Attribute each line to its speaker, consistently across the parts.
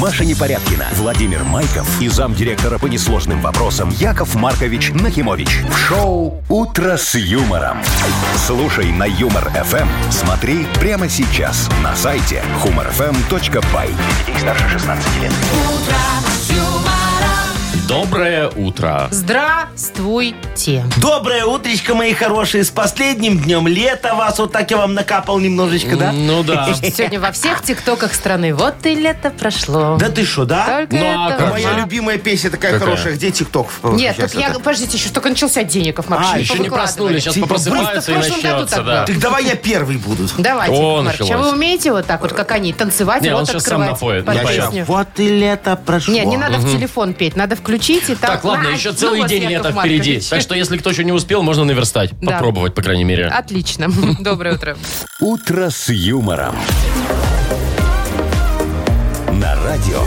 Speaker 1: Маша Непорядкина, Владимир Майков и замдиректора по несложным вопросам Яков Маркович Нахимович. В шоу «Утро с юмором». Слушай на «Юмор-ФМ». Смотри прямо сейчас на сайте humorfm.by. Для детей старше 16 лет.
Speaker 2: Доброе утро.
Speaker 3: Здравствуйте.
Speaker 4: Доброе утречко, мои хорошие. С последним днем лета вас. Вот так я вам накапал немножечко, да?
Speaker 2: Ну да.
Speaker 3: Сегодня во всех тиктоках страны. Вот и лето прошло.
Speaker 4: Да ты что, да?
Speaker 3: Только
Speaker 2: Ну, а
Speaker 3: это
Speaker 2: как
Speaker 3: вот.
Speaker 4: Моя любимая песня такая
Speaker 2: Какая?
Speaker 4: хорошая. Где тикток?
Speaker 3: Нет, так я, подождите, еще только начался день, Яков Маркович.
Speaker 4: А,
Speaker 3: вы
Speaker 2: Еще не
Speaker 3: повыкладывали.
Speaker 2: проснулись, сейчас
Speaker 4: Типа,
Speaker 2: попросыпаются и
Speaker 3: просто в прошлом году
Speaker 2: начнется,
Speaker 3: так
Speaker 2: да.
Speaker 3: было.
Speaker 4: Так давай я первый буду.
Speaker 2: О,
Speaker 3: Давайте, Яков Маркович, а
Speaker 2: началось.
Speaker 3: вы умеете вот так вот, как они, танцевать
Speaker 2: Не,
Speaker 3: и
Speaker 2: он
Speaker 3: вот
Speaker 2: щас сам
Speaker 3: открывать
Speaker 2: напоет,
Speaker 3: под
Speaker 2: напоет.
Speaker 3: песню?
Speaker 4: Вот и лето прошло.
Speaker 3: Не, не надо в телефон петь, надо включить и там...
Speaker 2: Так, ладно,
Speaker 3: На,
Speaker 2: еще
Speaker 3: ну
Speaker 2: целый
Speaker 3: вот,
Speaker 2: день
Speaker 3: Яков
Speaker 2: лето
Speaker 3: Маркович.
Speaker 2: впереди. Так что, если кто еще не успел, можно наверстать.
Speaker 3: Да. А
Speaker 2: Попробовать, по крайней мере.
Speaker 3: Отлично. Доброе утро.
Speaker 1: «Утро с юмором». На радио.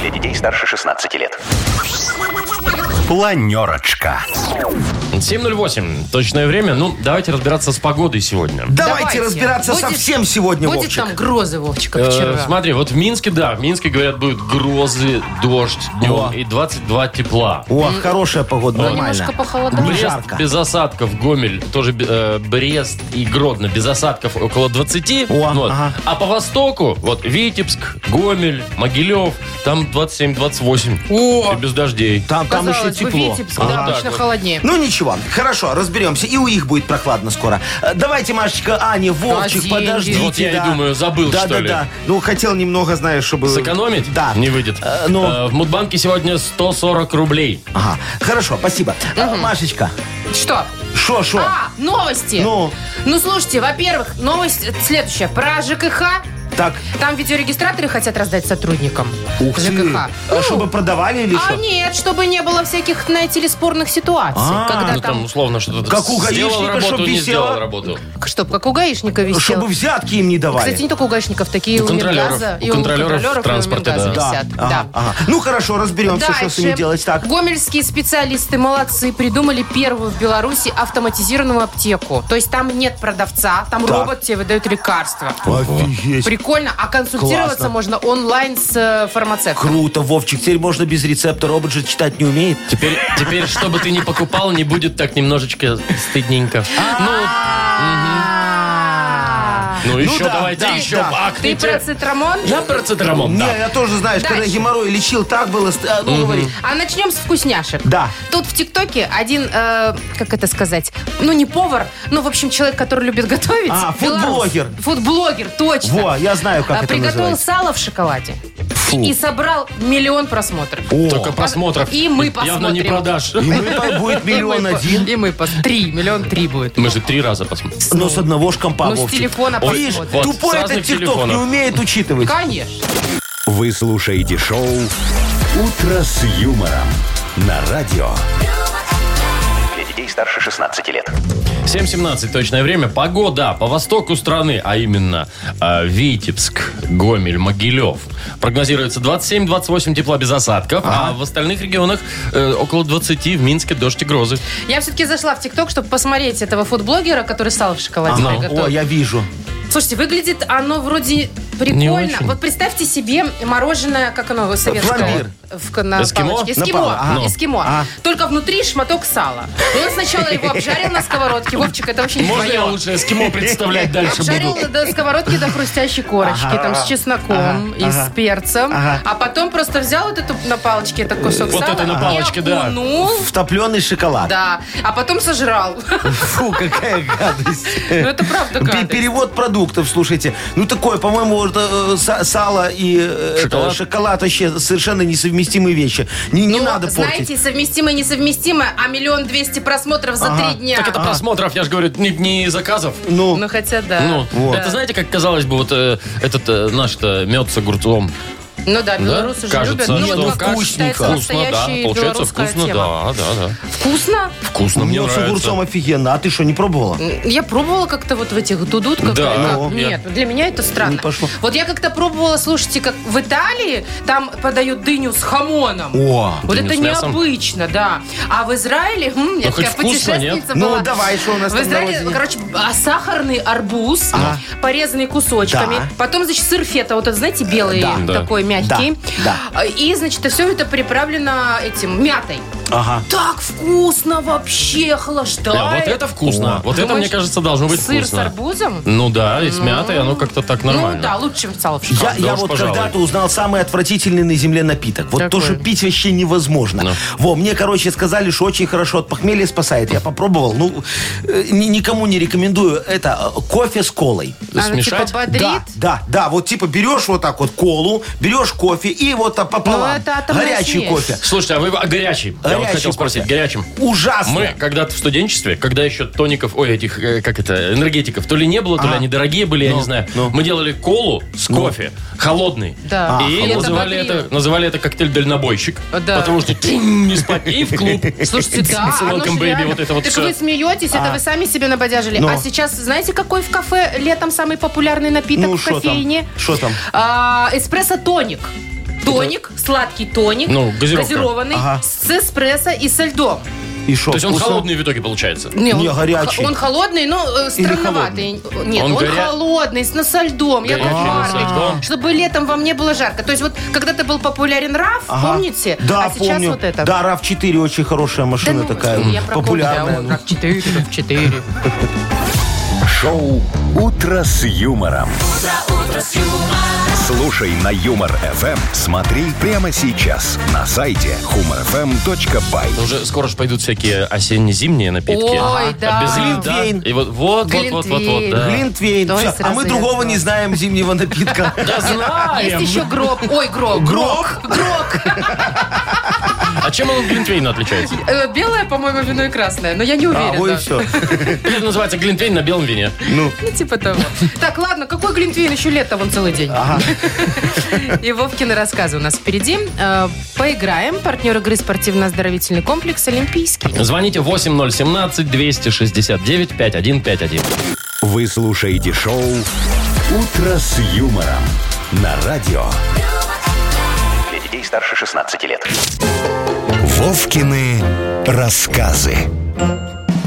Speaker 1: Для детей старше 16 лет. Планерочка.
Speaker 2: 7.08. Точное время. Ну, давайте разбираться с погодой сегодня.
Speaker 4: Давайте, разбираться
Speaker 3: Будет-
Speaker 4: совсем сегодня,
Speaker 3: Будет
Speaker 4: Вовчик.
Speaker 3: там грозы, Вовчик, как
Speaker 2: Э,
Speaker 3: вчера.
Speaker 2: смотри, вот в Минске, да, в Минске, говорят, будет грозы, дождь днем
Speaker 4: О.
Speaker 2: и 22 тепла.
Speaker 4: О, хорошая погода, нормально.
Speaker 3: Ну, Немножко похолодало.
Speaker 4: Не
Speaker 2: Брест
Speaker 4: жарко.
Speaker 2: без осадков, Гомель, тоже э, Брест и Гродно без осадков около 20.
Speaker 4: О,
Speaker 2: вот.
Speaker 4: ага.
Speaker 2: А по востоку, вот Витебск, Гомель, Могилев, там 27-28.
Speaker 3: О!
Speaker 2: И без дождей.
Speaker 4: Там, там еще
Speaker 3: Казалось бы,
Speaker 4: тепло.
Speaker 3: Витебск,
Speaker 2: А,
Speaker 3: да,
Speaker 2: так
Speaker 3: обычно
Speaker 2: вот.
Speaker 3: холоднее.
Speaker 4: Ну ничего, хорошо, разберемся. И у их будет прохладно скоро. Э, Давайте, Машечка, Аня, Вовчик,
Speaker 3: Зинь,
Speaker 4: подождите.
Speaker 3: Зинь.
Speaker 2: Вот я и
Speaker 4: да.
Speaker 2: думаю, забыл,
Speaker 4: да,
Speaker 2: что
Speaker 4: да,
Speaker 2: ли.
Speaker 4: Да, Ну, хотел немного, знаешь, чтобы...
Speaker 2: Сэкономить?
Speaker 4: Да.
Speaker 2: Не выйдет.
Speaker 4: Э, ну,
Speaker 2: Э, в Мудбанке сегодня 140 рублей.
Speaker 4: ага. Хорошо, спасибо. Э, Машечка,
Speaker 3: Что?
Speaker 4: шо, шо?
Speaker 3: А, новости.
Speaker 4: Ну.
Speaker 3: Ну, слушайте, во-первых, новость э, следующая. Про ЖКХ.
Speaker 4: Так,
Speaker 3: Там видеорегистраторы хотят раздать сотрудникам
Speaker 4: ух ты.
Speaker 3: ЖКХ. Ну,
Speaker 4: А чтобы продавали или
Speaker 3: а
Speaker 4: что?
Speaker 3: нет, чтобы не было всяких, знаете ли, спорных ситуаций.
Speaker 4: А,
Speaker 3: когда
Speaker 2: Ну, там
Speaker 3: там,
Speaker 2: условно что-то
Speaker 4: Как у
Speaker 2: сделал
Speaker 4: гаишника,
Speaker 2: работу,
Speaker 4: чтоб
Speaker 2: не
Speaker 4: висело.
Speaker 2: сделал работу.
Speaker 3: чтобы как у гаишника висел.
Speaker 4: Чтобы взятки им не давали.
Speaker 3: Кстати, не только у гаишников, такие
Speaker 2: У
Speaker 3: у,
Speaker 2: контролеров.
Speaker 3: Мингаза
Speaker 2: У
Speaker 3: и у
Speaker 2: контролеров
Speaker 3: контролеров,
Speaker 2: в транспорте,
Speaker 3: и у Мингаза
Speaker 2: да.
Speaker 3: висят.
Speaker 4: ага,
Speaker 3: Да.
Speaker 4: ага. Ну, хорошо, разберемся, что с ними
Speaker 3: Дальше.
Speaker 4: делать. Так,
Speaker 3: Гомельские специалисты молодцы, придумали первую в Беларуси автоматизированную аптеку. То есть там нет продавца, там
Speaker 4: Так.
Speaker 3: робот тебе выдает лекарства.
Speaker 4: Офигеть.
Speaker 3: Прикольно, а консультироваться
Speaker 4: Классно.
Speaker 3: можно онлайн с э, фармацевтом.
Speaker 4: Круто, Вовчик, теперь можно без рецепта, робот же читать не умеет.
Speaker 2: Теперь, теперь, что бы ты ни покупал, не будет так немножечко стыдненько. Ну, ну еще
Speaker 4: А, да,
Speaker 2: давайте,
Speaker 4: да,
Speaker 2: еще
Speaker 3: А,
Speaker 4: да.
Speaker 3: Ты
Speaker 2: бахните.
Speaker 3: про цитрамон?
Speaker 2: а, Я процитрамон,
Speaker 4: Не,
Speaker 2: да.
Speaker 4: я тоже, знаешь, когда
Speaker 3: Дальше.
Speaker 4: геморрой лечил, так было... ст- а, Ну, говори.
Speaker 3: А начнем с вкусняшек.
Speaker 4: Да.
Speaker 3: Тут в ТикТоке один, э, как это сказать, ну не повар, ну в общем человек, который любит готовить.
Speaker 4: А,
Speaker 3: белорус.
Speaker 4: фудблогер.
Speaker 3: Фудблогер, точно.
Speaker 4: Во, я знаю, Э, как
Speaker 3: А,
Speaker 4: это
Speaker 3: Приготовил
Speaker 4: называется.
Speaker 3: сало в шоколаде. И собрал миллион просмотров.
Speaker 2: Только просмотров.
Speaker 3: И мы
Speaker 2: Явно не
Speaker 3: посмотрим.
Speaker 2: продашь.
Speaker 4: И мы там Ну, будет миллион один.
Speaker 3: И мы по три, миллион три будет.
Speaker 2: Мы же три раза посмотрим.
Speaker 4: Но с одного ж компа,
Speaker 3: Ну, с
Speaker 4: Вовчик.
Speaker 3: телефона
Speaker 2: Ой,
Speaker 4: Видишь,
Speaker 3: посмотрим.
Speaker 2: Вот, с
Speaker 4: тупой
Speaker 2: разных
Speaker 4: этот тикток не
Speaker 2: телефонов.
Speaker 4: умеет учитывать.
Speaker 3: Конечно.
Speaker 1: Вы слушаете шоу «Утро с юмором» на радио. Для детей старше 16 лет.
Speaker 2: 7.17 точное время. Погода по востоку страны, а именно э, Витебск, Гомель, Могилев. Прогнозируется 27-28 тепла без осадков, а в остальных регионах э, около 20 в Минске дождь и грозы.
Speaker 3: Я все-таки зашла в ТикТок, чтобы посмотреть этого фудблогера, который сало в шоколаде
Speaker 4: Ага.
Speaker 3: приготовил.
Speaker 4: О, я вижу.
Speaker 3: Слушайте, выглядит оно вроде
Speaker 2: Не
Speaker 3: прикольно.
Speaker 2: очень.
Speaker 3: Вот представьте себе мороженое, как оно советское.
Speaker 4: Пломбир.
Speaker 3: В, к- на
Speaker 2: Эскимо?
Speaker 3: палочке.
Speaker 4: На
Speaker 3: Эскимо.
Speaker 4: пала- ага.
Speaker 3: Эскимо.
Speaker 4: А.
Speaker 3: Только внутри шматок сала. И Он сначала его обжарил на сковородке. Вовчик, это вообще не
Speaker 2: Можно я
Speaker 3: твое.
Speaker 2: лучше эскимо представлять дальше
Speaker 3: Обжарил
Speaker 2: буду?
Speaker 3: до сковородки до хрустящей корочки, там с чесноком и с перцем. А потом просто взял вот эту на палочке этот кусок
Speaker 2: Вот
Speaker 3: сала
Speaker 2: это на палочке,
Speaker 3: и
Speaker 2: да.
Speaker 3: окунул.
Speaker 4: Втопленый шоколад.
Speaker 3: Да, а потом сожрал.
Speaker 4: Фу, какая гадость.
Speaker 3: Ну, это правда
Speaker 4: Пе-
Speaker 3: гадость.
Speaker 4: Перевод продуктов, слушайте. Ну, такое, по-моему, вот, э, са- сало и э,
Speaker 2: Шоколад?
Speaker 4: это, шоколад вообще совершенно несовместимые вещи. Не, не
Speaker 3: Ну,
Speaker 4: надо
Speaker 3: знаете,
Speaker 4: портить.
Speaker 3: совместимое и несовместимое, а миллион двести просмотров за три дня.
Speaker 2: Так это просмотров, я же говорю, не, не заказов.
Speaker 4: Ну,
Speaker 3: Ну, хотя да.
Speaker 2: Ну,
Speaker 4: Вот.
Speaker 2: это знаете, как казалось бы, вот э, этот э, наш-то мед с огурцом.
Speaker 3: Ну да, белорусы же любят.
Speaker 2: Кажется,
Speaker 3: Ну,
Speaker 2: что
Speaker 3: вот как
Speaker 2: вкусненько.
Speaker 3: считается,
Speaker 2: Вкусно, да.
Speaker 3: настоящая
Speaker 2: Получается
Speaker 3: белорусская
Speaker 2: вкусно,
Speaker 3: тема.
Speaker 2: да, да, да.
Speaker 3: Вкусно?
Speaker 2: Вкусно, мне
Speaker 4: Ну, с
Speaker 2: нравится.
Speaker 4: огурцом офигенно. А ты что, не пробовала?
Speaker 3: Я пробовала как-то вот в этих дудутках.
Speaker 2: Да,
Speaker 3: или как?
Speaker 2: ну,
Speaker 3: Нет, для меня это странно.
Speaker 4: Не пошло.
Speaker 3: Вот я как-то пробовала, слушайте, как в Италии там подают дыню с хамоном.
Speaker 4: О!
Speaker 3: Вот
Speaker 2: Дыню
Speaker 3: это
Speaker 2: с мясом?
Speaker 3: необычно, да. А в Израиле, м, я
Speaker 2: Ну, хоть
Speaker 3: такая
Speaker 2: вкусно,
Speaker 3: путешественница
Speaker 4: нет?
Speaker 3: была.
Speaker 4: Ну, давай, что у нас
Speaker 3: В
Speaker 4: там на
Speaker 3: Израиле,
Speaker 4: родине?
Speaker 3: короче, а, сахарный арбуз, порезанный кусочками.
Speaker 4: Да.
Speaker 3: Потом, значит, сыр фета, вот этот, знаете, белый
Speaker 4: Да.
Speaker 2: Да.
Speaker 3: такой мягкий.
Speaker 4: Да,
Speaker 3: И, значит, все это приправлено этим мятой.
Speaker 4: Ага.
Speaker 3: Так вкусно вообще, охлаждает.
Speaker 2: Бля, вот это вкусно.
Speaker 4: О.
Speaker 2: Вот это, мне
Speaker 3: Думаешь,
Speaker 2: кажется, должно быть
Speaker 3: Сыр с
Speaker 2: вкусно.
Speaker 3: арбузом?
Speaker 2: Ну да, и с мятой оно как-то так нормально.
Speaker 3: Ну да, лучше, чем салфи.
Speaker 4: Я,
Speaker 2: Да
Speaker 4: я
Speaker 2: уж,
Speaker 4: вот
Speaker 2: пожалуй.
Speaker 4: когда-то узнал самый отвратительный на земле напиток. Вот то,
Speaker 3: Какой?
Speaker 4: что пить вообще невозможно.
Speaker 2: Ну.
Speaker 4: Во, мне, короче, сказали, что очень хорошо от похмелья спасает. Я попробовал. Ну, э, ни- никому не рекомендую. Это э, кофе с колой.
Speaker 2: смешать?
Speaker 3: типа бодрит?
Speaker 4: Да, да, да. Вот типа берешь вот так вот колу, берешь кофе и вот так пополам.
Speaker 3: Ну, это атомная
Speaker 4: горячий
Speaker 3: смесь.
Speaker 4: кофе.
Speaker 2: Слушайте, а вы а горячий? Я вот
Speaker 4: Горячий
Speaker 2: хотел спросить,
Speaker 4: кофе.
Speaker 2: горячим.
Speaker 4: Ужасно.
Speaker 2: Мы когда-то в студенчестве, когда еще тоников, ой, этих, э, как это, энергетиков, то ли не было, то
Speaker 4: А.
Speaker 2: ли они дорогие были,
Speaker 4: Ну,
Speaker 2: я не знаю. Мы делали колу с кофе, холодный.
Speaker 3: Да. А,
Speaker 2: И
Speaker 3: холодный.
Speaker 2: называли
Speaker 3: Это бодрило.
Speaker 2: это, называли это коктейль дальнобойщик.
Speaker 3: Да.
Speaker 2: Потому что тинь, не спать. И в клуб.
Speaker 3: Слушайте, да,
Speaker 2: С
Speaker 3: оно
Speaker 2: Welcome
Speaker 3: же
Speaker 2: Baby,
Speaker 3: реально.
Speaker 2: вот это вот
Speaker 3: Так
Speaker 2: всё. А.
Speaker 3: вы смеетесь, это вы сами себе набодяжили.
Speaker 4: Ну.
Speaker 3: А сейчас, знаете, какой в кафе летом самый популярный напиток
Speaker 4: Ну,
Speaker 3: в
Speaker 4: шо там?
Speaker 3: кофейне?
Speaker 4: Шо там?
Speaker 3: А, эспрессо-тоник. Тоник, сладкий тоник,
Speaker 2: Ну, газировка.
Speaker 3: газированный,
Speaker 4: Ага.
Speaker 3: с эспрессо и со льдом.
Speaker 4: И шо,
Speaker 2: То есть он
Speaker 4: вкусно?
Speaker 2: холодный в итоге получается.
Speaker 3: Не,
Speaker 4: Не,
Speaker 3: он,
Speaker 4: горячий.
Speaker 3: Он холодный, но э, странноватый. Нет,
Speaker 2: Он
Speaker 3: он,
Speaker 2: горя-
Speaker 3: холодный, с- но со льдом. Я
Speaker 2: Горячий, но со льдом.
Speaker 3: чтобы летом вам не было жарко. То есть вот когда-то был популярен раф,
Speaker 4: Ага.
Speaker 3: помните?
Speaker 4: Да,
Speaker 3: а сейчас
Speaker 4: помню.
Speaker 3: вот это.
Speaker 4: Да, RAV 4 очень хорошая
Speaker 3: Да
Speaker 4: машина
Speaker 3: ну,
Speaker 4: такая.
Speaker 3: я про
Speaker 4: популярная.
Speaker 3: Коля, он раф 4, раф 4.
Speaker 1: Шоу «Утро с юмором». Слушай на Юмор ФМ, смотри прямо сейчас на сайте humorfm.by.
Speaker 2: Уже скоро же пойдут всякие осенне-зимние напитки.
Speaker 3: Ой,
Speaker 2: А
Speaker 3: да.
Speaker 2: Без льда.
Speaker 4: Глинтвейн.
Speaker 2: И вот, вот, вот, вот, вот, вот, да.
Speaker 4: Ну, Глинтвейн.
Speaker 3: То
Speaker 4: Всё,
Speaker 3: есть
Speaker 4: А мы
Speaker 3: разве
Speaker 4: другого
Speaker 3: это-
Speaker 4: не знаем зимнего напитка.
Speaker 2: Да знаем.
Speaker 3: Есть еще гроб. Ой, гроб.
Speaker 4: Грок?
Speaker 3: Грок.
Speaker 2: А чем он от глинтвейна отличается?
Speaker 3: Э, Белое, по-моему, вино и красное, но я не
Speaker 4: А, вот и
Speaker 3: уверена.
Speaker 4: все.
Speaker 2: Это называется глинтвейн на белом вине.
Speaker 4: Ну,
Speaker 3: Ну, типа того. Так, ладно, какой глинтвейн? Еще лето, вон целый день. И Вовкины рассказы у нас впереди. Э, Поиграем. Партнер игры спортивно-оздоровительный комплекс «Олимпийский».
Speaker 2: Звоните 8017-269-5151.
Speaker 1: Вы слушаете шоу «Утро с юмором» на радио.
Speaker 5: Для детей старше 16 лет.
Speaker 1: Вовкины рассказы.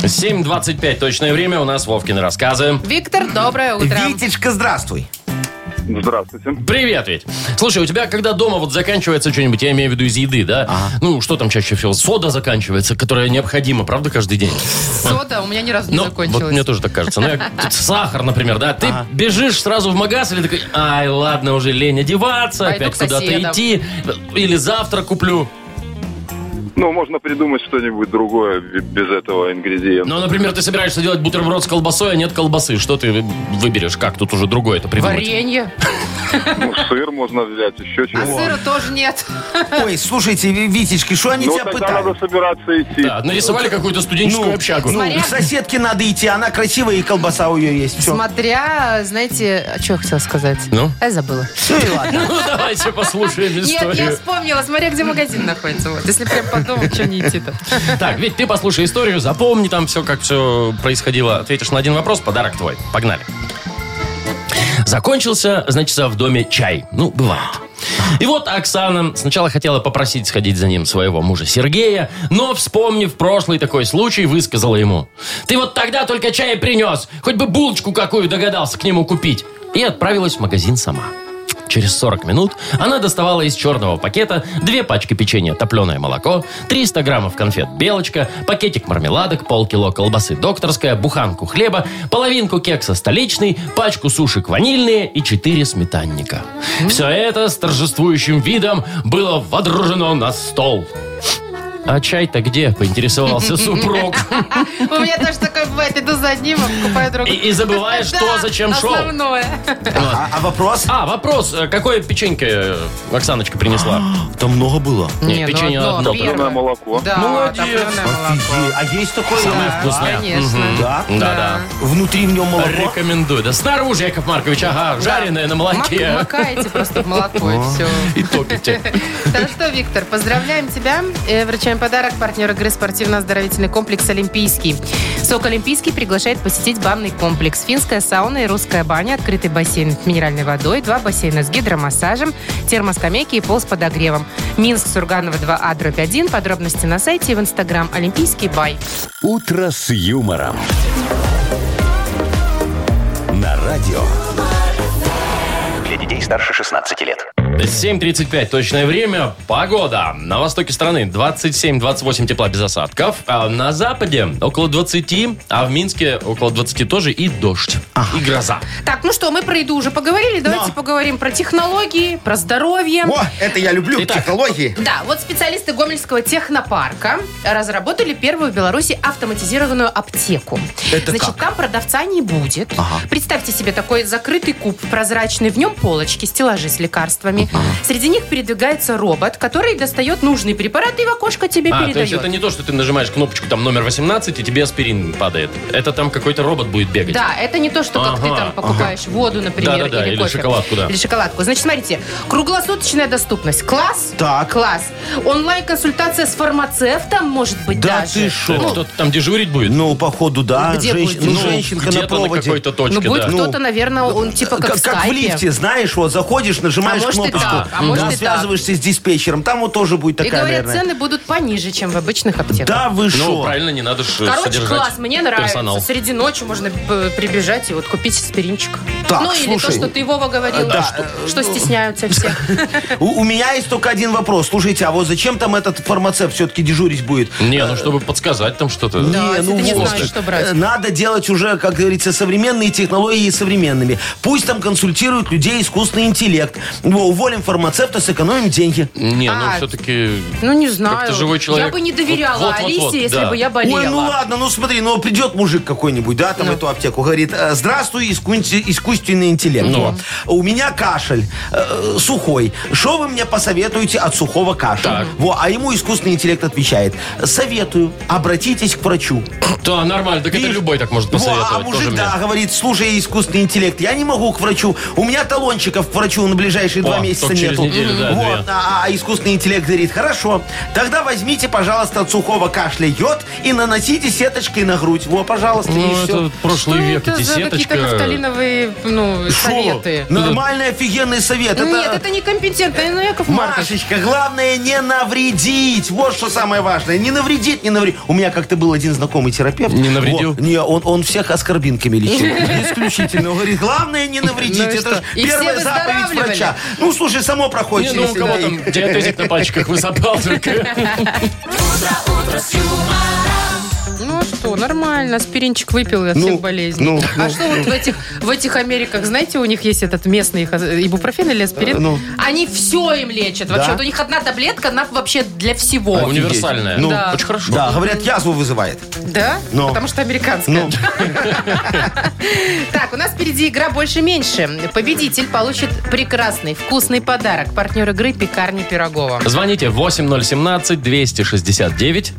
Speaker 2: 7.25 точное время. У нас Вовкины рассказы.
Speaker 3: Виктор, доброе утро.
Speaker 4: Витечка, здравствуй.
Speaker 6: Здравствуйте.
Speaker 2: Привет, ведь. Слушай, у тебя когда дома вот заканчивается что-нибудь, я имею в виду из еды, да? Ну, что там чаще всего? Сода заканчивается, которая необходима, правда, каждый день?
Speaker 3: Сода у меня ни разу не
Speaker 2: Ну, вот
Speaker 3: закончилась.
Speaker 2: мне тоже так кажется. Ну, я- тут сахар, например, да? Ты бежишь сразу в магаз или такой, ай, ладно, уже лень одеваться,
Speaker 3: Пойду
Speaker 2: опять
Speaker 3: к
Speaker 2: куда-то
Speaker 3: соседам».
Speaker 2: идти. Или завтра куплю.
Speaker 6: Ну, можно придумать что-нибудь другое б- без этого ингредиента.
Speaker 2: Ну, например, ты собираешься делать бутерброд с колбасой, а нет колбасы. Что ты выберешь? Как тут уже другое это придумать?
Speaker 3: Варенье.
Speaker 6: Ну, сыр можно взять, еще
Speaker 3: А
Speaker 6: чего.
Speaker 3: сыра тоже нет.
Speaker 4: Ой, слушайте, Ви- Витечки, что они
Speaker 6: Ну,
Speaker 4: тебя
Speaker 6: тогда
Speaker 4: пытают?
Speaker 6: надо собираться идти.
Speaker 2: Да, нарисовали какую-то студенческую
Speaker 4: Ну,
Speaker 2: общагу.
Speaker 4: ну,
Speaker 3: Смотря-
Speaker 4: к соседке надо идти, она красивая и колбаса у нее есть. Все.
Speaker 3: Смотря, знаете, что я хотела сказать?
Speaker 2: Ну?
Speaker 3: Я забыла.
Speaker 4: и ладно.
Speaker 2: Ну, давайте послушаем
Speaker 3: Нет, я
Speaker 2: историю.
Speaker 3: вспомнила. Смотря, где магазин находится. Вот. Если прям подумал, что не идти-то.
Speaker 2: Так, ведь ты послушай историю, запомни там все, как все происходило. Ответишь на один вопрос, подарок твой. Погнали. Закончился, значит, в доме чай. Ну, бывает. И вот Оксана сначала хотела попросить сходить за ним своего мужа Сергея, но, вспомнив прошлый такой случай, высказала ему. «Ты вот тогда только чай принес, хоть бы булочку какую догадался к нему купить». И отправилась в магазин сама. Через 40 минут она доставала из черного пакета две пачки печенья топленое молоко, 300 граммов конфет «Белочка», пакетик мармеладок, полкило колбасы «Докторская», буханку хлеба, половинку кекса «Столичный», пачку сушек «Ванильные» и 4 сметанника. Все это с торжествующим видом было водружено на стол. А чай-то где? Поинтересовался супруг.
Speaker 3: У меня тоже такое бывает. Иду за одним, а покупаю другой.
Speaker 2: И- и забываешь,
Speaker 3: Да,
Speaker 2: что, зачем шел.
Speaker 3: Основное.
Speaker 4: А, а вопрос?
Speaker 2: А, вопрос. э, Какое печенье э, Оксаночка принесла?
Speaker 4: Там много было.
Speaker 2: Нет,
Speaker 3: А, Не, ну
Speaker 2: печенье
Speaker 3: одно,
Speaker 2: одно
Speaker 3: первое.
Speaker 6: Топленое молоко.
Speaker 3: Да,
Speaker 2: Молодец.
Speaker 3: топленое молоко.
Speaker 4: Офигеть. А есть такое?
Speaker 2: Самое
Speaker 4: Да.
Speaker 2: вкусное.
Speaker 3: Конечно.
Speaker 2: Мгм.
Speaker 4: Да?
Speaker 2: Да-да.
Speaker 4: Внутри в нем молоко?
Speaker 2: Рекомендую. Да снаружи, Яков Маркович, ага, жареное на
Speaker 3: Мак-
Speaker 2: молоке.
Speaker 3: Макаете просто в молоко и все.
Speaker 2: И топите.
Speaker 3: Так что, Виктор, поздравляем тебя. Э, Вручаем подарок партнер игры спортивно-оздоровительный комплекс «Олимпийский». «Сок Олимпийский» приглашает посетить банный комплекс. Финская сауна и русская баня, открытый бассейн с минеральной водой, два бассейна с гидромассажем, термоскамейки и пол с подогревом. Минск, Сурганова 2А, дробь 1. Подробности на сайте и в Инстаграм «Олимпийский бай».
Speaker 1: «Утро с юмором». На радио.
Speaker 5: Для детей старше 16 лет.
Speaker 2: 7.35 точное время. Погода. На востоке страны 27-28 тепла без осадков. А на западе около 20, а в Минске около 20 тоже и дождь. И гроза.
Speaker 3: Так, ну что, мы про еду уже поговорили. Давайте поговорим про технологии, про здоровье.
Speaker 7: О, это я люблю,
Speaker 2: Итак.
Speaker 7: технологии.
Speaker 3: Да, вот специалисты Гомельского технопарка разработали первую в Беларуси автоматизированную аптеку. Значит, там продавца не будет. Представьте себе такой закрытый куб, прозрачный, в нем полочки, стеллажи с лекарствами. Среди них передвигается робот, который достает нужные препараты и в окошко тебе
Speaker 2: А, то
Speaker 3: передает.
Speaker 2: есть это не то, что ты нажимаешь кнопочку там номер 18, и тебе аспирин падает. Это там какой-то робот будет бегать.
Speaker 3: Да, это не то, что как ты
Speaker 2: Ага,
Speaker 3: там покупаешь воду, например,
Speaker 2: Да-да-да,
Speaker 3: или,
Speaker 2: или
Speaker 3: кофе.
Speaker 2: шоколадку, да.
Speaker 3: Или шоколадку. Значит, смотрите, круглосуточная доступность. Класс?
Speaker 4: Так.
Speaker 3: Класс. Онлайн-консультация с фармацевтом, может быть,
Speaker 4: Да
Speaker 3: даже.
Speaker 4: ты
Speaker 2: Что,
Speaker 4: шо?
Speaker 2: Кто-то там дежурить будет?
Speaker 4: Ну, походу, да.
Speaker 3: Где
Speaker 4: Женщ-
Speaker 3: будет?
Speaker 4: Ну,
Speaker 2: Ну,
Speaker 4: женщинка
Speaker 2: где-то
Speaker 4: на проводе.
Speaker 2: какой-то
Speaker 3: Ну,
Speaker 2: точке,
Speaker 3: будет
Speaker 2: да.
Speaker 3: кто-то, наверное, он типа как,
Speaker 4: Как,
Speaker 3: в
Speaker 4: как в
Speaker 3: скайпе.
Speaker 4: лифте, знаешь, вот заходишь, нажимаешь
Speaker 3: А может и
Speaker 4: кнопочку,
Speaker 3: так, а может
Speaker 4: да,
Speaker 3: и так.
Speaker 4: связываешься с диспетчером, там вот тоже будет
Speaker 3: И
Speaker 4: такая,
Speaker 3: говорят,
Speaker 4: наверное.
Speaker 3: цены будут пониже, чем в обычных аптеках.
Speaker 4: Да вы
Speaker 2: Ну,
Speaker 4: шо?
Speaker 2: правильно, не надо ж
Speaker 3: Короче,
Speaker 2: содержать
Speaker 3: класс, мне нравится.
Speaker 2: персонал.
Speaker 3: Среди ночи можно э, прибежать и вот купить аспиринчик.
Speaker 4: Так,
Speaker 3: ну, или
Speaker 4: слушай.
Speaker 3: то, что ты, Вова, говорил,
Speaker 4: Да, ну.
Speaker 3: что, что стесняются все.
Speaker 4: У, у меня есть только один вопрос. Слушайте, а вот зачем там этот фармацевт все-таки дежурить будет?
Speaker 2: Не, ну чтобы подсказать там что-то.
Speaker 3: Да, если ты не
Speaker 4: ну, вот.
Speaker 3: знаешь, что брать.
Speaker 4: Э, Надо делать уже, как говорится, современные технологии современными. Пусть там консультируют людей искусственный интеллект. Во, уволим фармацевта, сэкономим деньги.
Speaker 2: Не, ну
Speaker 3: А,
Speaker 2: все-таки...
Speaker 3: Ну, не знаю.
Speaker 2: Как-то живой человек.
Speaker 3: Я бы не доверяла
Speaker 2: Вот, вот, вот,
Speaker 3: Алисе,
Speaker 2: вот,
Speaker 3: если
Speaker 2: да.
Speaker 3: бы я болела. Ну.
Speaker 4: Ой, ну ладно, ну смотри, ну придет мужик какой-нибудь, да, там в эту аптеку, говорит, «Э, здравствуй, искунти- искусственный интеллект.
Speaker 2: Ну.
Speaker 4: У меня кашель э, сухой. Что вы мне посоветуете от сухого кашля?
Speaker 2: Так.
Speaker 4: Во, а ему искусственный интеллект отвечает, советую, обратитесь к врачу.
Speaker 2: Да, нормально, так это
Speaker 4: Видишь?
Speaker 2: любой так может
Speaker 4: Во, а
Speaker 2: посоветовать. тоже
Speaker 4: мужик,
Speaker 2: мне.
Speaker 4: да, говорит, слушай, искусственный интеллект, я не могу к врачу, у меня талончиков к врачу на ближайшие два месяца
Speaker 2: только через
Speaker 4: нету.
Speaker 2: неделю, да,
Speaker 4: вот,
Speaker 2: две.
Speaker 4: а, а искусственный интеллект говорит, хорошо, тогда возьмите, пожалуйста, от сухого кашля йод и наносите сеточкой на грудь. Во, пожалуйста, и
Speaker 2: Ну,
Speaker 4: все.
Speaker 2: это прошлый
Speaker 3: Что
Speaker 2: век,
Speaker 3: это
Speaker 2: эти
Speaker 3: за какие-то
Speaker 2: сеточка.
Speaker 3: нафталиновые ну, советы?
Speaker 4: Нормальный офигенный совет.
Speaker 3: Нет, это некомпетентно. Ну, Яков Маркович.
Speaker 4: Машечка, главное не навредить. Вот что самое важное. Не навредить, не навредить. У меня как-то был один знакомый терапевт.
Speaker 2: Не навредил?
Speaker 4: Во, не, он, он всех оскорбинками лечил. Исключительно. Он говорит, главное не навредить.
Speaker 3: Ну и что?
Speaker 4: Это же
Speaker 3: И все
Speaker 4: первая заповедь
Speaker 3: выздоравливали?
Speaker 4: врача. Ну, слушай, само проходит.
Speaker 2: Не, ну у
Speaker 4: через
Speaker 2: кого
Speaker 4: себя
Speaker 2: там
Speaker 4: и-
Speaker 2: диатезик на пальчиках высыпал э, только.
Speaker 3: Ну а что, нормально, аспиринчик выпил и от
Speaker 4: Ну,
Speaker 3: всех болезней.
Speaker 4: ну,
Speaker 3: а
Speaker 4: ну.
Speaker 3: что вот в этих, в этих Америках, знаете, у них есть этот местный их, э, ибупрофен или аспирин?
Speaker 4: Э, ну.
Speaker 3: Они все им лечат вообще.
Speaker 4: Да?
Speaker 3: Вот у них одна таблетка, она вообще для всего.
Speaker 2: Универсальная.
Speaker 4: Ну,
Speaker 3: Да.
Speaker 2: Очень хорошо.
Speaker 4: Да, говорят, язву вызывает.
Speaker 3: Да?
Speaker 4: Ну.
Speaker 3: Потому что американская. Так, у нас впереди игра «Больше-меньше». Победитель получит прекрасный, вкусный подарок. Партнер игры «Пекарни Пирогова».
Speaker 2: Звоните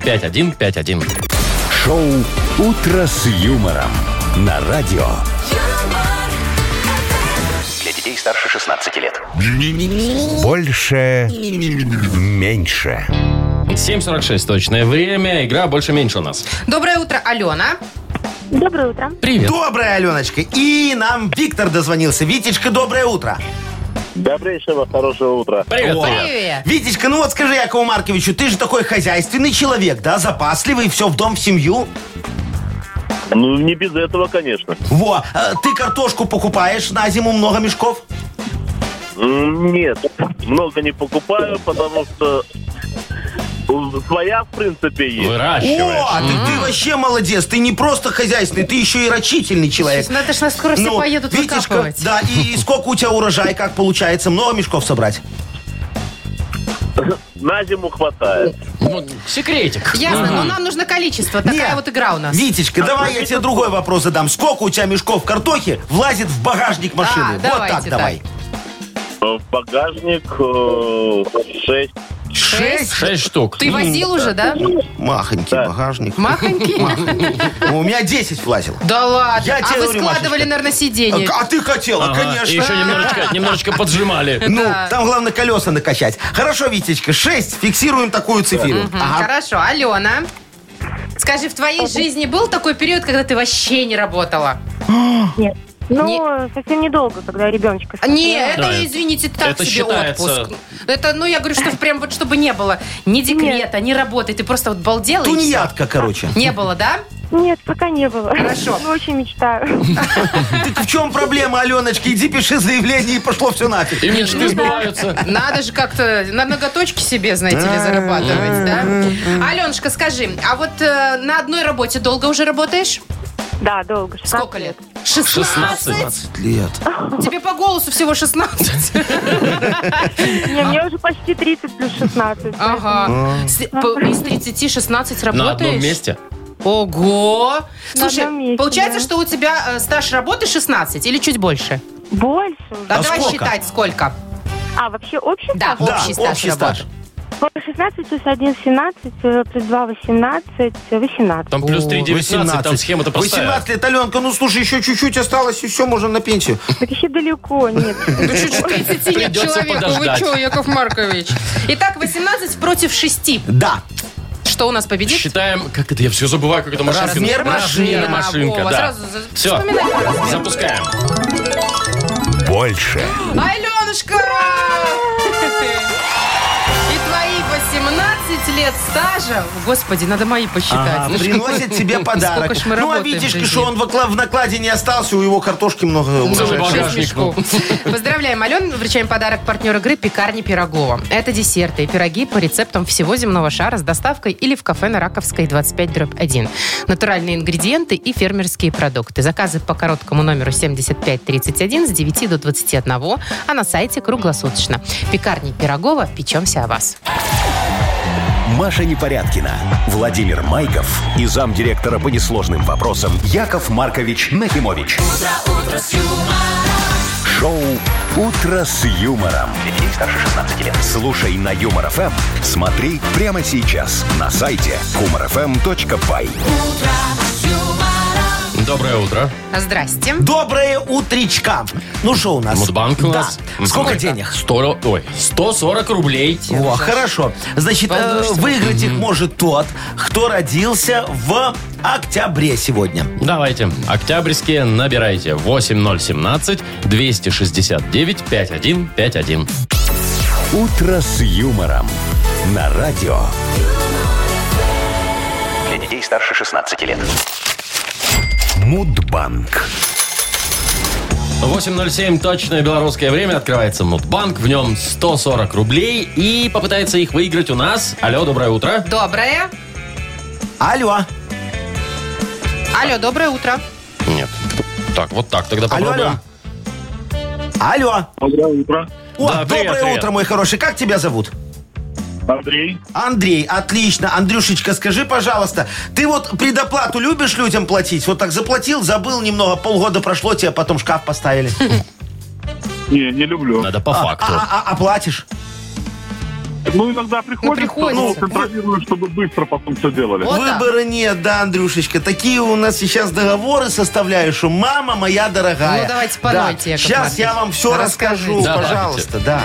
Speaker 2: 8017-269-5151.
Speaker 1: Шоу «Утро с юмором». На радио.
Speaker 5: Для детей старше 16 лет.
Speaker 1: Больше. Меньше.
Speaker 2: 7.46 точное время. Игра больше-меньше у нас.
Speaker 3: Доброе утро, Алена.
Speaker 8: Доброе утро.
Speaker 2: Привет.
Speaker 4: Доброе, Аленочка. И нам Виктор дозвонился. Витечка, доброе утро.
Speaker 9: Добрейшего, хорошего утра.
Speaker 2: Привет,
Speaker 4: О.
Speaker 2: привет.
Speaker 3: Привет.
Speaker 4: Витечка, ну вот скажи Якову Марковичу, ты же такой хозяйственный человек, да, запасливый, все в дом, в семью.
Speaker 9: Ну, не без этого, конечно.
Speaker 4: Во, э, ты картошку покупаешь на зиму много мешков?
Speaker 9: М, Нет, много не покупаю, потому что у- своя, в принципе, есть.
Speaker 2: Выращиваешь.
Speaker 4: О, ты, ты вообще молодец, ты не просто хозяйственный, ты еще и рачительный человек.
Speaker 3: Надо ж нас скоро все
Speaker 4: Ну,
Speaker 3: поедут
Speaker 4: Витечка,
Speaker 3: выкапывать.
Speaker 4: да, и, и сколько у тебя урожай, как получается, много мешков собрать?
Speaker 9: На зиму хватает.
Speaker 2: Ну, секретик.
Speaker 3: Ясно, но нам нужно количество. Такая
Speaker 4: Не.
Speaker 3: вот игра у нас.
Speaker 4: Витечка,
Speaker 9: А
Speaker 4: давай я тебе другой вопрос задам. Сколько у тебя мешков картохи влазит в багажник машины?
Speaker 3: Да,
Speaker 4: вот так
Speaker 3: давайте
Speaker 4: давай.
Speaker 9: В багажник 6.
Speaker 3: Шесть?
Speaker 2: Шесть штук.
Speaker 3: Ты возил уже, да?
Speaker 4: Махонький
Speaker 9: Да.
Speaker 4: багажник.
Speaker 3: Махонький?
Speaker 4: Ну, У меня 10 влазило.
Speaker 3: Да ладно.
Speaker 4: Я
Speaker 3: А
Speaker 4: тебе
Speaker 3: вы
Speaker 4: говорю,
Speaker 3: складывали,
Speaker 4: Машечка.
Speaker 3: наверное,
Speaker 4: А,
Speaker 3: сиденье.
Speaker 4: а ты хотела,
Speaker 2: Ага,
Speaker 4: конечно.
Speaker 2: и еще немножечко, немножечко поджимали.
Speaker 4: Ну,
Speaker 3: Да.
Speaker 4: там главное колеса накачать. Хорошо, Витечка, 6. Фиксируем такую цифру.
Speaker 3: Мгм, Хорошо, Алена. Скажи, в твоей жизни был такой период, когда ты вообще не работала?
Speaker 7: Нет. Ну,
Speaker 3: Не-
Speaker 7: совсем недолго, когда ребеночка
Speaker 3: А, Не,
Speaker 7: смотрела.
Speaker 3: это,
Speaker 2: Да, это-
Speaker 3: извините, так
Speaker 2: это
Speaker 3: себе
Speaker 2: считается-
Speaker 3: отпуск. Это, ну, я говорю, что прям вот чтобы не было ни декрета, ни работы. Ты просто вот балдела и
Speaker 4: Тунеядка, короче.
Speaker 3: всё. Не было, да?
Speaker 7: Нет, пока не было.
Speaker 3: Хорошо.
Speaker 7: Ну, очень мечтаю.
Speaker 4: Так в чем проблема, Аленочка? Иди пиши заявление и пошло все нафиг.
Speaker 2: И мечты сбываются.
Speaker 3: Надо же как-то на ноготочки себе, знаете ли, зарабатывать, да? Аленушка, скажи, а вот э, на одной работе долго уже работаешь?
Speaker 7: Да, долго. 16
Speaker 3: Сколько лет? 16?
Speaker 4: 20 лет.
Speaker 3: Тебе по голосу всего 16.
Speaker 7: Не, мне уже почти 30 плюс 16.
Speaker 3: Ага. С- по- Из 30 16
Speaker 2: На одном
Speaker 3: работаешь?
Speaker 2: месте.
Speaker 3: Ого!
Speaker 7: На
Speaker 3: Слушай,
Speaker 7: одном месте,
Speaker 3: получается,
Speaker 7: да.
Speaker 3: что у тебя э, стаж работы 16 или чуть больше?
Speaker 7: Больше.
Speaker 3: А, давай
Speaker 4: сколько?
Speaker 3: считать, сколько.
Speaker 7: А, вообще общий
Speaker 3: Да,
Speaker 7: стаж?
Speaker 3: общий стаж
Speaker 4: общий
Speaker 3: работы.
Speaker 4: стаж.
Speaker 7: Вот 16 плюс 1 17, э, плюс 2 18, э, 18.
Speaker 2: Там плюс 3, 19, там схема-то простая.
Speaker 4: 18 лет, Аленка, ну слушай, еще чуть-чуть осталось, и все, можно на пенсию.
Speaker 7: Так еще далеко, нет.
Speaker 3: Ну, чуть 30 лет
Speaker 2: Придется
Speaker 3: человеку. Вы
Speaker 2: подождать.
Speaker 3: что, Яков Маркович? Итак, 18 против 6.
Speaker 4: Да.
Speaker 3: Что у нас победит?
Speaker 2: Считаем, как это, я все забываю, как это машинка.
Speaker 4: Размер машины.
Speaker 2: Размер машинка,
Speaker 3: Вова,
Speaker 2: да.
Speaker 3: сразу за-
Speaker 2: Все,
Speaker 3: вспоминай про размер.
Speaker 2: запускаем.
Speaker 1: Больше.
Speaker 3: Аленушка! И твои 18 лет стажа. Господи, надо мои посчитать.
Speaker 4: Ага, приносит тебе подарок.
Speaker 3: Сколько ж мы
Speaker 4: Ну, а
Speaker 3: работаем в
Speaker 4: Витюшке,
Speaker 3: жизни.
Speaker 4: что он в окла- в накладе не остался, у его картошки много
Speaker 2: Целый
Speaker 4: урожая.
Speaker 2: багаж.
Speaker 3: Шесть мешков. Поздравляем, Ален. Вручаем подарок партнер игры «Пекарни Пирогова». Это десерты и пироги по рецептам всего земного шара с доставкой или в кафе на Раковской 25-1. Натуральные ингредиенты и фермерские продукты. Заказы по короткому номеру 7531 с 9 до 21, а на сайте круглосуточно. «Пекарни Пирогова. Печемся о вас».
Speaker 1: Маша Непорядкина, Владимир Майков и замдиректора по несложным вопросам Яков Маркович Нахимович. Шоу Утро с юмором. Детей старше 16 лет. Слушай на юмор ФМ. Смотри прямо сейчас на сайте humorfm.by.
Speaker 2: Доброе утро.
Speaker 3: Здрасте.
Speaker 4: Доброе утречка. Ну, что у нас?
Speaker 2: Мудбанк у
Speaker 4: Да.
Speaker 2: нас.
Speaker 4: Сколько денег?
Speaker 2: 100, ой, 140 рублей.
Speaker 4: О, хорошо. Значит, э,
Speaker 3: Получится.
Speaker 4: выиграть их может тот, кто родился в октябре сегодня.
Speaker 2: Давайте, октябрьские набирайте. 8017-269-5151.
Speaker 1: Утро с юмором. На радио.
Speaker 5: Для детей старше 16 лет.
Speaker 1: Мудбанк.
Speaker 2: 8.07, точное белорусское время, открывается Мудбанк, в нем 140 рублей, и попытается их выиграть у нас. Алло, доброе утро.
Speaker 3: Доброе.
Speaker 4: Алло.
Speaker 3: Алло, доброе утро.
Speaker 2: Нет. Так, вот так, тогда
Speaker 4: Алло,
Speaker 2: попробуем.
Speaker 4: Алло.
Speaker 9: Доброе утро.
Speaker 4: О,
Speaker 2: Да, привет,
Speaker 4: доброе
Speaker 2: привет.
Speaker 4: утро, мой хороший. Как тебя зовут?
Speaker 9: Андрей.
Speaker 4: Андрей, отлично. Андрюшечка, скажи, пожалуйста, ты вот предоплату любишь людям платить? Вот так заплатил, забыл немного, полгода прошло, тебе потом шкаф поставили.
Speaker 9: Не, не люблю.
Speaker 2: Надо по
Speaker 4: А,
Speaker 2: факту.
Speaker 4: а- а- а платишь?
Speaker 9: Ну, иногда
Speaker 3: Ну,
Speaker 9: приходится,
Speaker 3: приходится.
Speaker 9: контролирую, чтобы быстро потом все делали.
Speaker 3: Вот так.
Speaker 4: Выбора нет, да, Андрюшечка. Такие у нас сейчас договоры составляешь, что мама моя дорогая.
Speaker 3: Ну, давайте по нойте, Яков
Speaker 4: Сейчас я
Speaker 3: Маркович.
Speaker 4: вам все расскажу,
Speaker 2: Расскажите.
Speaker 4: пожалуйста, да.